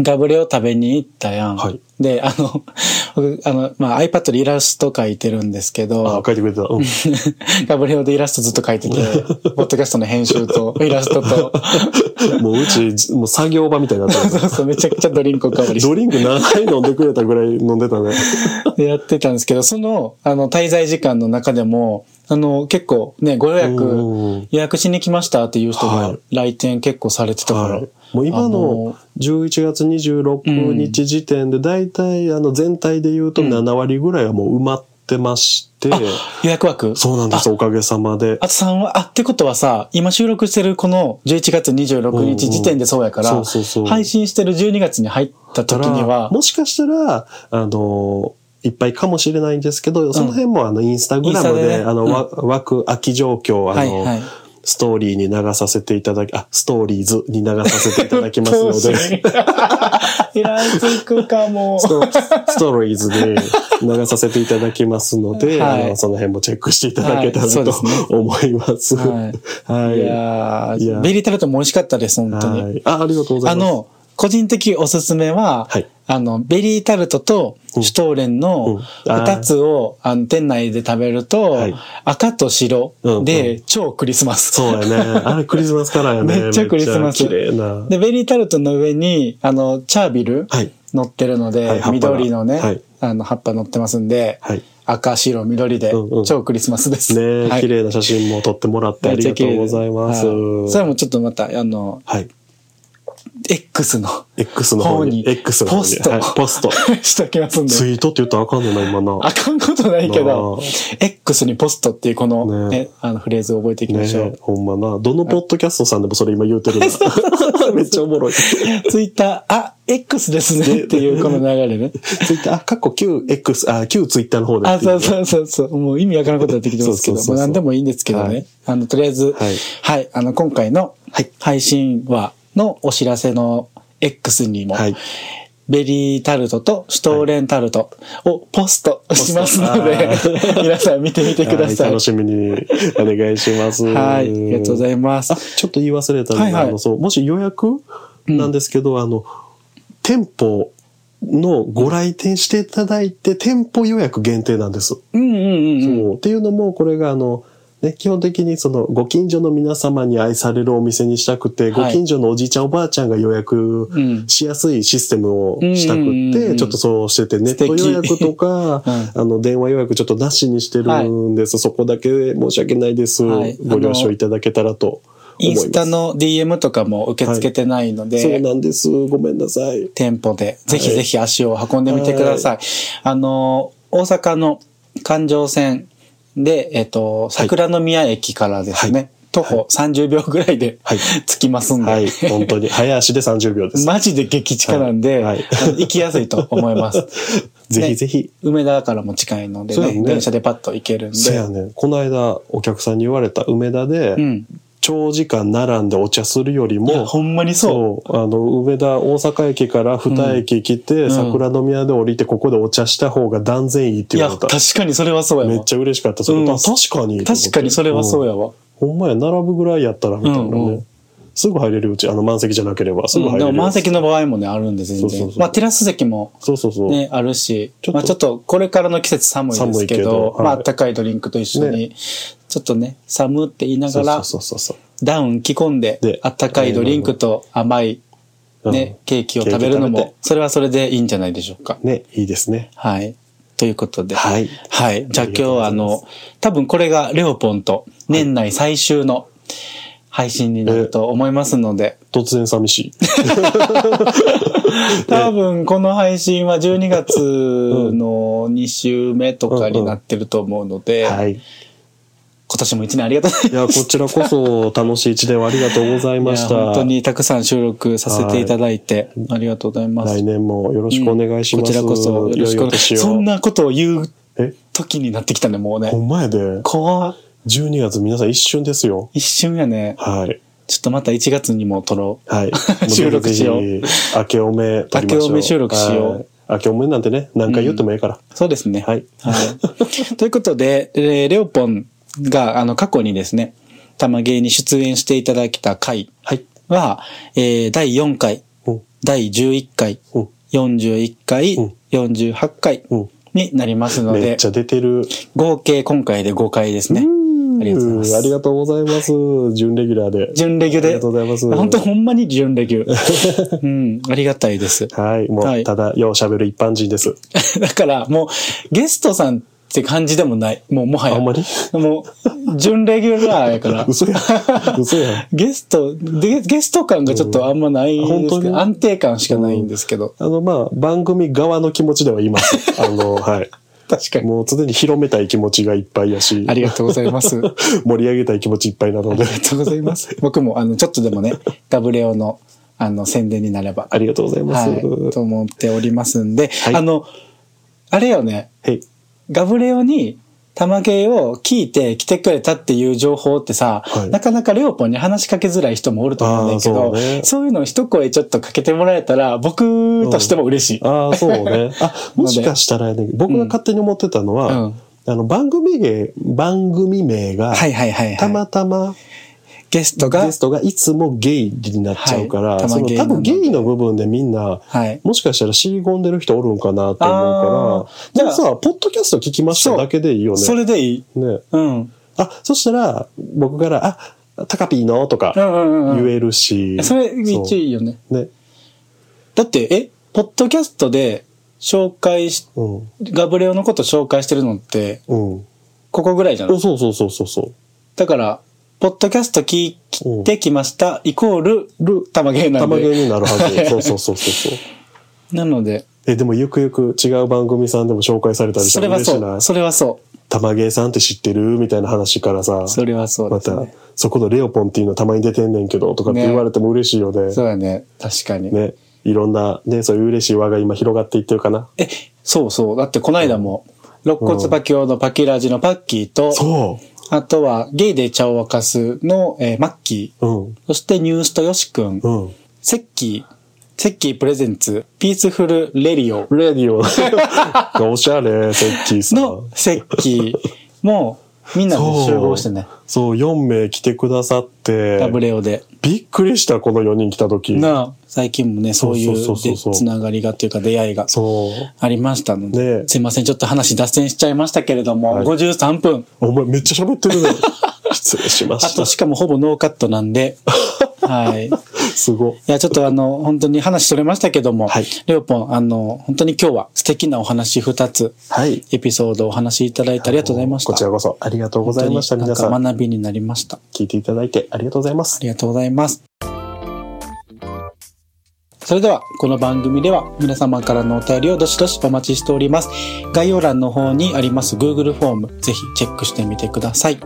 Speaker 1: ガブレオ食べに行ったやん。
Speaker 2: はい
Speaker 1: で、あの、 僕、あの、まあ、iPad でイラスト描いてるんですけ
Speaker 2: あ
Speaker 1: ど、、
Speaker 2: 書いてくれてた。うん。
Speaker 1: ガブレオでイラストずっと描 いてて、ポッドキャストの編集と、イラストと、
Speaker 2: もううち、もう作業場みたいになって
Speaker 1: そう そう、めちゃくちゃドリンクおかわりし
Speaker 2: ドリンク何回飲んでくれたぐらい飲んでたね。
Speaker 1: てやってたんですけど、その、あの、滞在時間の中でも、あの、結構ね、ご予約、
Speaker 2: うん
Speaker 1: 予約しに来ましたっていう人
Speaker 2: は
Speaker 1: が
Speaker 2: い
Speaker 1: 来店結構されてたから。
Speaker 2: はいもう今の11月26日時点で、大体あの全体で言うと
Speaker 1: うん
Speaker 2: 7割ぐらいはもう埋まってまして、
Speaker 1: 予約枠
Speaker 2: そうなんです、おかげさまで。
Speaker 1: あと3は、あ、ってことはさ、今収録してるこの11月26日時点でそうやから、
Speaker 2: そうそうそう。
Speaker 1: 配信してる12月に入った
Speaker 2: た
Speaker 1: 時に
Speaker 2: ら、
Speaker 1: は、
Speaker 2: もしかしたら、あの、いっぱいかもしれないんですけど、その辺もあのインスタグラム
Speaker 1: インスタ
Speaker 2: で、
Speaker 1: でね
Speaker 2: あの、
Speaker 1: うん
Speaker 2: わ枠空き状況をあ
Speaker 1: はい
Speaker 2: の、
Speaker 1: はい。
Speaker 2: ストーリーに流させていただき、あ、ストーリーズに流させていただき ますの
Speaker 1: どう
Speaker 2: で、
Speaker 1: しよう。イラつくかも。
Speaker 2: スト ストーリーズで流させていただきますので、
Speaker 1: はい
Speaker 2: あのその辺もチェックしていただけたら
Speaker 1: はいそうで
Speaker 2: と
Speaker 1: すね
Speaker 2: 思います。
Speaker 1: は
Speaker 2: はいい。
Speaker 1: いや
Speaker 2: いや
Speaker 1: ーベリータルトも美味しかったです、本当
Speaker 2: は
Speaker 1: に。
Speaker 2: いあ、ありがとうござ
Speaker 1: あ
Speaker 2: います。
Speaker 1: の、個人的おすすめは、
Speaker 2: はい
Speaker 1: あの、ベリータルトとシュトーレン
Speaker 2: うんう
Speaker 1: の
Speaker 2: んあー
Speaker 1: 2つを、あの店内で食べると、
Speaker 2: はい
Speaker 1: 赤と白
Speaker 2: うんう
Speaker 1: で超クリスマス。
Speaker 2: そうや ね。あれクリスマスカラーやね。
Speaker 1: めっちゃクリスマス
Speaker 2: めっちゃ綺麗な。
Speaker 1: で、ベリータルトの上に、あの、チャービル
Speaker 2: はい。
Speaker 1: 乗ってるので、
Speaker 2: はい葉っぱが
Speaker 1: 緑のね、
Speaker 2: はい
Speaker 1: あの、葉っぱ乗ってますんで、
Speaker 2: はい。
Speaker 1: 赤、白、緑で、
Speaker 2: うんうん
Speaker 1: 超クリスマスです。
Speaker 2: ね
Speaker 1: はい
Speaker 2: 綺麗な写真も撮ってもらってあ
Speaker 1: めっ
Speaker 2: り
Speaker 1: ちゃ
Speaker 2: が
Speaker 1: 綺
Speaker 2: と
Speaker 1: 麗
Speaker 2: う
Speaker 1: で
Speaker 2: ございます。
Speaker 1: はいそれもちょっとまた、あの、
Speaker 2: はい。
Speaker 1: X の
Speaker 2: X の方に
Speaker 1: 方、に
Speaker 2: X の方に
Speaker 1: ポスト
Speaker 2: はいポスト。
Speaker 1: しとき ますんで。
Speaker 2: ツイートって言ったらあかんねんな、今な。
Speaker 1: あかんことないけど
Speaker 2: な、
Speaker 1: X にポストっていうこの、
Speaker 2: ね
Speaker 1: ね、あのフレーズを覚えていきましょ
Speaker 2: ね
Speaker 1: う。
Speaker 2: ほんまな。どのポッドキャストさんでもそれ今言うてるな。 めっちゃおもろい。
Speaker 1: ツイッター、あ、X ですねっていうこの流れね。
Speaker 2: ツイッター、あ、かっこ QX、あ、旧ツイッターの方で
Speaker 1: あ、
Speaker 2: ってい
Speaker 1: そうそうそうそう。もう意味わからんことになってきてますけど、
Speaker 2: そうそうそうそう
Speaker 1: もう何でもいいんですけどね。
Speaker 2: はい
Speaker 1: あの、とりあえず、
Speaker 2: はい
Speaker 1: はい、あの、今回の配信は、のお知らせの X にも、
Speaker 2: はい。
Speaker 1: ベリータルトとシュトーレンタルトをポストしますので
Speaker 2: ポストあ、ー
Speaker 1: 皆さん見てみてくださ。
Speaker 2: はい楽しみにお願いします。
Speaker 1: はい、ありがとうございます
Speaker 2: あ、。ちょっと言い忘れたんで、
Speaker 1: はいはい
Speaker 2: あの、そう、もし予約
Speaker 1: うん
Speaker 2: なんですけど、あの、店舗のご来店していただいて、店舗予約限定なんです。
Speaker 1: うんうんうんうん。
Speaker 2: そうっていうのも、これがあの、ね、基本的にその、ご近所の皆様に愛されるお店にしたくて、
Speaker 1: はい
Speaker 2: ご近所のおじいちゃんおばあちゃんが予約
Speaker 1: うん
Speaker 2: しやすいシステムをしたくって、
Speaker 1: うんうんうんうん
Speaker 2: ちょっとそうしてて、ネッ
Speaker 1: 敵
Speaker 2: ト予約と か、あの、電話予約ちょっとなしにしてるんです。そこだけ申し訳ないです。
Speaker 1: はい
Speaker 2: ご了承いただけたらと思
Speaker 1: イ
Speaker 2: い
Speaker 1: ン
Speaker 2: ます。
Speaker 1: スタの DM とかも受け付けてないので、
Speaker 2: そうなんです。ごめんなさい。
Speaker 1: 店舗で、ぜひぜひ足を運んでみてください。あの、大阪の環状線で、えっと、桜の宮駅からですね、徒歩30秒ぐらいで、
Speaker 2: はい
Speaker 1: 着きますんで、
Speaker 2: はい。本当に。早足で30秒です。
Speaker 1: マジで激近なんで、
Speaker 2: はいはい
Speaker 1: あの行きやすいと思 います。
Speaker 2: ぜひぜひ。
Speaker 1: 梅田からも近いので
Speaker 2: そう
Speaker 1: ね
Speaker 2: やね
Speaker 1: 電車でパッと行けるん
Speaker 2: せ
Speaker 1: で
Speaker 2: や。ね。この間、お客さんに言われた梅田で、
Speaker 1: うん。
Speaker 2: 長時間並んでお茶するより
Speaker 1: いや
Speaker 2: も、
Speaker 1: ほんまにそう。
Speaker 2: そう、あの、梅田、大阪駅から二駅来て、
Speaker 1: ん
Speaker 2: 桜の宮で降りて、ここでお茶した方が断然いいって
Speaker 1: い
Speaker 2: 言
Speaker 1: や、
Speaker 2: われ
Speaker 1: 確
Speaker 2: た。
Speaker 1: かにそれはそうや
Speaker 2: め
Speaker 1: わ。
Speaker 2: っちゃ嬉しかった。それ、
Speaker 1: うん
Speaker 2: あ確かに。
Speaker 1: 確かにそれはそう
Speaker 2: や。
Speaker 1: やわ。
Speaker 2: ほんまや、並ぶぐらいやったら、みたいなね。
Speaker 1: うんうん
Speaker 2: すぐ入れるうち、あの、満席じゃなければ、すぐ入れる
Speaker 1: う
Speaker 2: や
Speaker 1: ん
Speaker 2: つ、
Speaker 1: でも満席の場合もね、あるんで、全然。
Speaker 2: そうそうそう
Speaker 1: まあ、テラス席も
Speaker 2: そうそうそう。
Speaker 1: ね、あるし、
Speaker 2: ちょっと
Speaker 1: まあ、ちょっとこれからの季節寒いです
Speaker 2: 寒い
Speaker 1: け
Speaker 2: け
Speaker 1: ど、
Speaker 2: どはい
Speaker 1: まあ、あったかいドリンクと一緒に、ちょっとね、寒って言いな
Speaker 2: そう
Speaker 1: がら、
Speaker 2: そうそうそう。
Speaker 1: ダウン着込んで
Speaker 2: で、
Speaker 1: あったかいドリンクと甘い、
Speaker 2: うん
Speaker 1: ね、ケーキを食べるの
Speaker 2: ケーキ食
Speaker 1: も
Speaker 2: べ、
Speaker 1: それはそれでいいんじゃないでしょうか。
Speaker 2: ね、いいですね。
Speaker 1: はい。ということで。
Speaker 2: はい
Speaker 1: はい。じゃあ
Speaker 2: あり
Speaker 1: 今
Speaker 2: がと
Speaker 1: 日
Speaker 2: うご
Speaker 1: は
Speaker 2: ざい
Speaker 1: あ
Speaker 2: ます
Speaker 1: の、多分これがレオポンと年内最終の配信になると思いますので、
Speaker 2: 突然寂しい。
Speaker 1: 多分この配信は12月の2週目とかになってると思うので、
Speaker 2: はい。い
Speaker 1: 今年も1年ありがとうござい
Speaker 2: や、こちらこそ楽しい一年をありがとうござい
Speaker 1: ま
Speaker 2: ま
Speaker 1: し。
Speaker 2: したた。
Speaker 1: 本当にたくさん収録させていただいて、ありがとうございます。
Speaker 2: 来年もよろしくお願いし
Speaker 1: こ
Speaker 2: ます。
Speaker 1: ちらこそよろしくお
Speaker 2: 良い
Speaker 1: 願
Speaker 2: お
Speaker 1: い
Speaker 2: 年
Speaker 1: します。
Speaker 2: を
Speaker 1: そんなことを言う
Speaker 2: え、
Speaker 1: 時になってきたね、もうね
Speaker 2: ほ。んまやで。
Speaker 1: 怖っ
Speaker 2: 12月皆さん一瞬ですよ。
Speaker 1: 一瞬やね。
Speaker 2: はい。
Speaker 1: ちょっとまた1月にも撮ろう。
Speaker 2: はい。
Speaker 1: 収録しよう
Speaker 2: ぜひぜひ明けおめ撮りましょう。
Speaker 1: 明けおめ収録しよう
Speaker 2: はい。明けおめなんてね、何回言ってもいいから。
Speaker 1: そうですね。
Speaker 2: はい。
Speaker 1: はい。 ということで、えーレオポンが、あの、過去にですね、玉芸に出演していただきた回
Speaker 2: はい。
Speaker 1: は、えー第4回、
Speaker 2: うん。
Speaker 1: 第11回、
Speaker 2: うん。
Speaker 1: 41回、
Speaker 2: うん
Speaker 1: 48回
Speaker 2: うん。
Speaker 1: になりますの
Speaker 2: め
Speaker 1: で
Speaker 2: っち、ゃ出てる。
Speaker 1: 合計今回で5回ですね。ありがとうございます
Speaker 2: ありがとうございます。準レギュラーで。
Speaker 1: 準レギュで。
Speaker 2: ありがとうございます
Speaker 1: 本当ほんまに準レギ ュ。うん、ありがたいです。
Speaker 2: はい。も、
Speaker 1: はいう
Speaker 2: ただ、よう喋る一般人です。
Speaker 1: だからもう、ゲストさんって感じでもない。もうもは
Speaker 2: あ
Speaker 1: や。
Speaker 2: んまり。
Speaker 1: もう、準レギュラーやから
Speaker 2: 嘘や。嘘や。
Speaker 1: ゲスト、でゲスト感がちょっとあんまないです
Speaker 2: うん本
Speaker 1: け
Speaker 2: 当
Speaker 1: ど、
Speaker 2: に
Speaker 1: 安定感しかないんですけど。
Speaker 2: あの、まあ、番組側の気持ちでは言い ます。あの、はい。
Speaker 1: 確かに。
Speaker 2: もう常に広めたい気持ちがいっぱいやし、
Speaker 1: ありがとうございます。あ
Speaker 2: 盛り上げたい気持ちいっぱいなので
Speaker 1: り、がとうございます。 僕も、あの、ちょっとでもね、ダブレオの、あの、宣伝になれば、
Speaker 2: ありがとうございます。
Speaker 1: はい、と思っておりますんで、
Speaker 2: い
Speaker 1: あの、あれよね、
Speaker 2: はい。
Speaker 1: ガブレオに、玉芸を聞いて来てくれたっていう情報ってさ、
Speaker 2: はい
Speaker 1: なかなかレオポンに話しかけづらい人もおると思うんだけ
Speaker 2: あ
Speaker 1: ど、
Speaker 2: ーそうね
Speaker 1: そういうのを一声ちょっとかけてもらえたら、僕としても嬉しい。
Speaker 2: ああ、そう ね。あ、もしかしたらやね、僕が勝手に思ってたのは、
Speaker 1: うん
Speaker 2: あの、番組名、番組名が、
Speaker 1: はいはいはい、はい。
Speaker 2: たまたま
Speaker 1: ゲストが
Speaker 2: ゲストがいつもゲイになっちゃうから、
Speaker 1: はいたま
Speaker 2: その
Speaker 1: ゲイ
Speaker 2: 多
Speaker 1: なの
Speaker 2: 分ゲイの部分でみんな、
Speaker 1: はい。
Speaker 2: もしかしたらし込んでる人おるんかなと思うか
Speaker 1: あー
Speaker 2: ら、でも
Speaker 1: じゃ
Speaker 2: さ、ポッドキャスト聞きました
Speaker 1: そう
Speaker 2: だけでいいよね。
Speaker 1: それでいい。
Speaker 2: ね。
Speaker 1: うん。
Speaker 2: あ、そしたら、僕から、あ、タカピーのと
Speaker 1: う
Speaker 2: か
Speaker 1: んうんうん。
Speaker 2: 言えるし。
Speaker 1: それ、めっちゃい
Speaker 2: い。
Speaker 1: いよね。
Speaker 2: ね。
Speaker 1: だって、え、ポッドキャストで紹介し、
Speaker 2: うん。
Speaker 1: ガブレオのこと紹介してるのって、
Speaker 2: うん。
Speaker 1: ここぐらいじゃな
Speaker 2: お
Speaker 1: い
Speaker 2: そうそうそうそうそう。
Speaker 1: だから、ポッドキャスト聞い
Speaker 2: うん
Speaker 1: てきました、イコール、
Speaker 2: る、
Speaker 1: 玉芸なん
Speaker 2: 玉芸
Speaker 1: で。
Speaker 2: になるは ず。そうそうそうそうそう。
Speaker 1: なので、
Speaker 2: え、でもゆくゆく違う番組さんでも紹介されたりした
Speaker 1: それ
Speaker 2: ら
Speaker 1: は
Speaker 2: 嬉しい
Speaker 1: そ
Speaker 2: な
Speaker 1: う。。それはそ
Speaker 2: 玉芸さんって知ってるみたいな話からさ
Speaker 1: う。、それはそう
Speaker 2: ま
Speaker 1: です
Speaker 2: た
Speaker 1: ね。、
Speaker 2: そこのレオポンっていうのたまに出てんねんけど、とかって
Speaker 1: ね
Speaker 2: 言われても嬉しいよね。
Speaker 1: そうだね。確かに。
Speaker 2: ね。いろんな、ね、そういう嬉しい輪が今広がっていってるかな。
Speaker 1: え、そうそう。だって、この間も、肋骨パキオのパキラジのパッキーと、
Speaker 2: そ
Speaker 1: あとは、ゲイで茶を沸かすの、えーマッキ
Speaker 2: う。うん。
Speaker 1: ー。そして、ニュースとよしくん。
Speaker 2: うん。
Speaker 1: セッキー。セッキープレゼンツ。ピースフルレリオ。
Speaker 2: レディ オ。おしゃれ、セッキーさん。
Speaker 1: のセッキー。もう、みんなで集合してね。
Speaker 2: そう、4名来てくださって、
Speaker 1: ダブレオで。
Speaker 2: びっくりした、この4人来た時。
Speaker 1: なあ最近もね、そういう
Speaker 2: そうそうそう
Speaker 1: で
Speaker 2: そう
Speaker 1: つながりがというか出会いが
Speaker 2: そう。
Speaker 1: ありましたの
Speaker 2: ね
Speaker 1: で。
Speaker 2: え
Speaker 1: すいません、ちょっと話脱線しちゃいましたけれど
Speaker 2: は
Speaker 1: も、
Speaker 2: い
Speaker 1: 53分。
Speaker 2: お前めっちゃ喋って るね。失礼しま
Speaker 1: あ
Speaker 2: し
Speaker 1: と、
Speaker 2: た。
Speaker 1: しかもほぼノーカットなんで。 はい。
Speaker 2: すごい。
Speaker 1: いや、ちょっとあの、本当に話取れましたけども、
Speaker 2: はい
Speaker 1: レオポン、あの、本当に今日は素敵なお話2つ、
Speaker 2: はい。
Speaker 1: エピソードをお話しいただいてありがとうございました。
Speaker 2: こちらこそありがとうございました。
Speaker 1: 本当
Speaker 2: 皆
Speaker 1: に
Speaker 2: さ
Speaker 1: なん
Speaker 2: ん、
Speaker 1: か学びになりました。あ
Speaker 2: 聞いていただいてありがとうございます。
Speaker 1: りがとうございます。それでは、この番組では皆様からのお便りをどしどしお待ちしております。概要欄の方にあります Google フォーム、ぜひチェックしてみてください。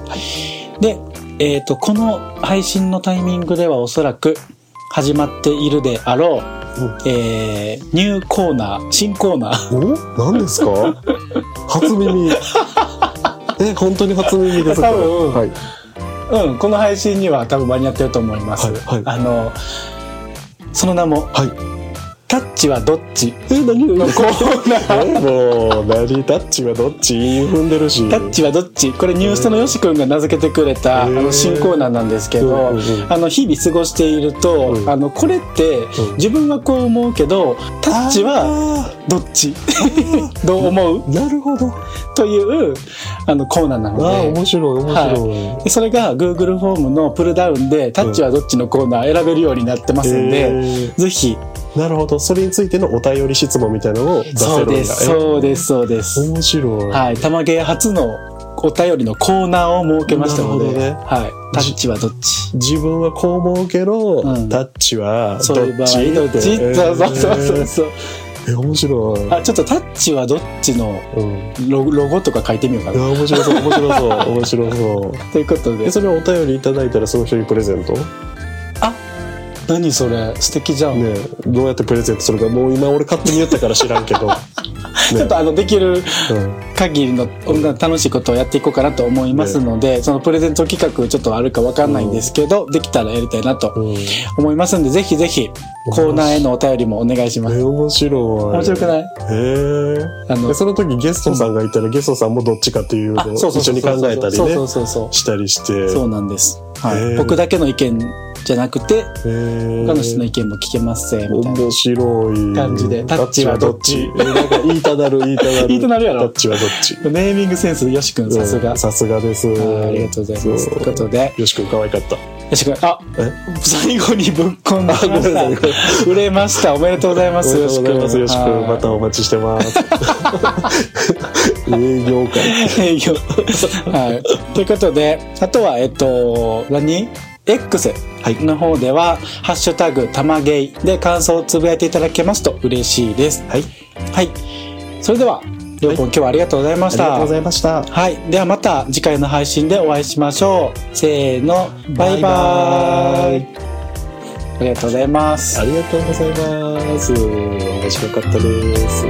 Speaker 1: で、えっ、と、この配信のタイミングではおそらく始まっているであ
Speaker 2: う
Speaker 1: ろう、
Speaker 2: ん
Speaker 1: えーニューコーナー、新コーナー。
Speaker 2: お何ですか 初耳。え、本当に初耳ですか
Speaker 1: 多分
Speaker 2: はい。
Speaker 1: うん、この配信には多分間に合ってると思います。
Speaker 2: はいは
Speaker 1: あの、その名も、
Speaker 2: はい。
Speaker 1: タッチはどっち
Speaker 2: え、何
Speaker 1: のコーナ ー。
Speaker 2: え、もう、何タッチはどっち踏んでるし。
Speaker 1: タッチはどっちこれニュースのよし君が名付けてくれた、
Speaker 2: へー
Speaker 1: あの新コーナーなんですけど、
Speaker 2: うんうんうん
Speaker 1: あの日々過ごしていると、
Speaker 2: うん
Speaker 1: あのこれって、
Speaker 2: うん
Speaker 1: 自分はこう思うけどタッチは
Speaker 2: は、
Speaker 1: どっち どう思う
Speaker 2: なるほど。あ
Speaker 1: というあのコーナーな
Speaker 2: あ、
Speaker 1: ので
Speaker 2: 面白い、面白い。
Speaker 1: でそれが Google フォームのプルダウンで「タッチはどっち?」のコーナー選べるようになってますんで、
Speaker 2: え
Speaker 1: ぜひ
Speaker 2: ーなるほど。それについてのお便り質問みたいなのを出せ
Speaker 1: そ
Speaker 2: る
Speaker 1: うん
Speaker 2: だ。
Speaker 1: ですそうですそうです、
Speaker 2: 面白い。
Speaker 1: はい玉芸初のお便りのコーナーを設けましたので、
Speaker 2: なるほ
Speaker 1: はい、タッチはどっち
Speaker 2: 自分はこう思うけど、
Speaker 1: うん
Speaker 2: タッチは
Speaker 1: そういう
Speaker 2: ど
Speaker 1: 場
Speaker 2: っ
Speaker 1: 合
Speaker 2: ち
Speaker 1: どっち
Speaker 2: って
Speaker 1: そうそうそうそう。
Speaker 2: えーえ面白い。
Speaker 1: あ、ちょっとタッチはどっちの
Speaker 2: うん。い
Speaker 1: ロロゴとか書いてみようか
Speaker 2: や
Speaker 1: な。
Speaker 2: 面白そう面白そう 面白そう。
Speaker 1: ということで
Speaker 2: え。それはお便りいただいたらその人にプレゼント。ね
Speaker 1: 何それ素敵じゃん。
Speaker 2: えどうやってプレゼントするかもう今俺勝手に言ったから知らん けど。ね
Speaker 1: ちょっとあの、できる
Speaker 2: うん
Speaker 1: 限りの音楽楽しいことをやっていこうかなと思いますので、そのプレゼント企画ちょっとあるかわかんないんですけど、できたらやりたいなと
Speaker 2: うん。
Speaker 1: 思いますんで、ぜひぜひコーナーへのお便りもお願いします。
Speaker 2: え面白い。
Speaker 1: 面白くない
Speaker 2: へえ
Speaker 1: あの
Speaker 2: で、その時ゲストさんがいたら、ゲストさんもどっちかっていう
Speaker 1: あ
Speaker 2: のを一緒に考えたり
Speaker 1: そう
Speaker 2: ね
Speaker 1: そうそうそう。
Speaker 2: したりして
Speaker 1: そうなんです。は
Speaker 2: へ
Speaker 1: い。
Speaker 2: ー
Speaker 1: 僕だけの意見じじゃなくて、
Speaker 2: えー
Speaker 1: 他の人の意見も聞けますぜ、みたいな。
Speaker 2: 面白い
Speaker 1: 感じでタッチはどっち
Speaker 2: タッチはどっちなんかいいたなるいいたなる
Speaker 1: いいたなるやろ
Speaker 2: タッチはどっち
Speaker 1: ネーミングセンス、よしくん、さす
Speaker 2: う
Speaker 1: が
Speaker 2: ん。さすがです
Speaker 1: ありがとうございます。
Speaker 2: そ
Speaker 1: ということで、
Speaker 2: よしくん可愛かった
Speaker 1: よしくん、あ
Speaker 2: え
Speaker 1: 最後にぶっこんでき
Speaker 2: ごめ
Speaker 1: ま
Speaker 2: んなさい
Speaker 1: した。売れました。おめでとうございま
Speaker 2: おめ
Speaker 1: す、
Speaker 2: で
Speaker 1: よ
Speaker 2: と
Speaker 1: し
Speaker 2: うご
Speaker 1: く
Speaker 2: ざい
Speaker 1: ん。
Speaker 2: ますよしくんまた
Speaker 1: はい
Speaker 2: お待ちしてます営業会
Speaker 1: 営業。はい。ということで、あとは、えっと、何 X
Speaker 2: はい
Speaker 1: の方では、ハッシュタグ、たまゲイで感想をつぶやいていただけますと嬉しいです。
Speaker 2: はい
Speaker 1: はい。それでは、りょうくん、今日はありがとうございま
Speaker 2: あ
Speaker 1: し
Speaker 2: りがと
Speaker 1: た
Speaker 2: うご。ざいました
Speaker 1: はい。ではまた次回の配信でお会いしましょう。せーの、バイバ
Speaker 2: バ
Speaker 1: ー
Speaker 2: イ
Speaker 1: イ。ありがとうございます
Speaker 2: あ。りがとうございます面白かったです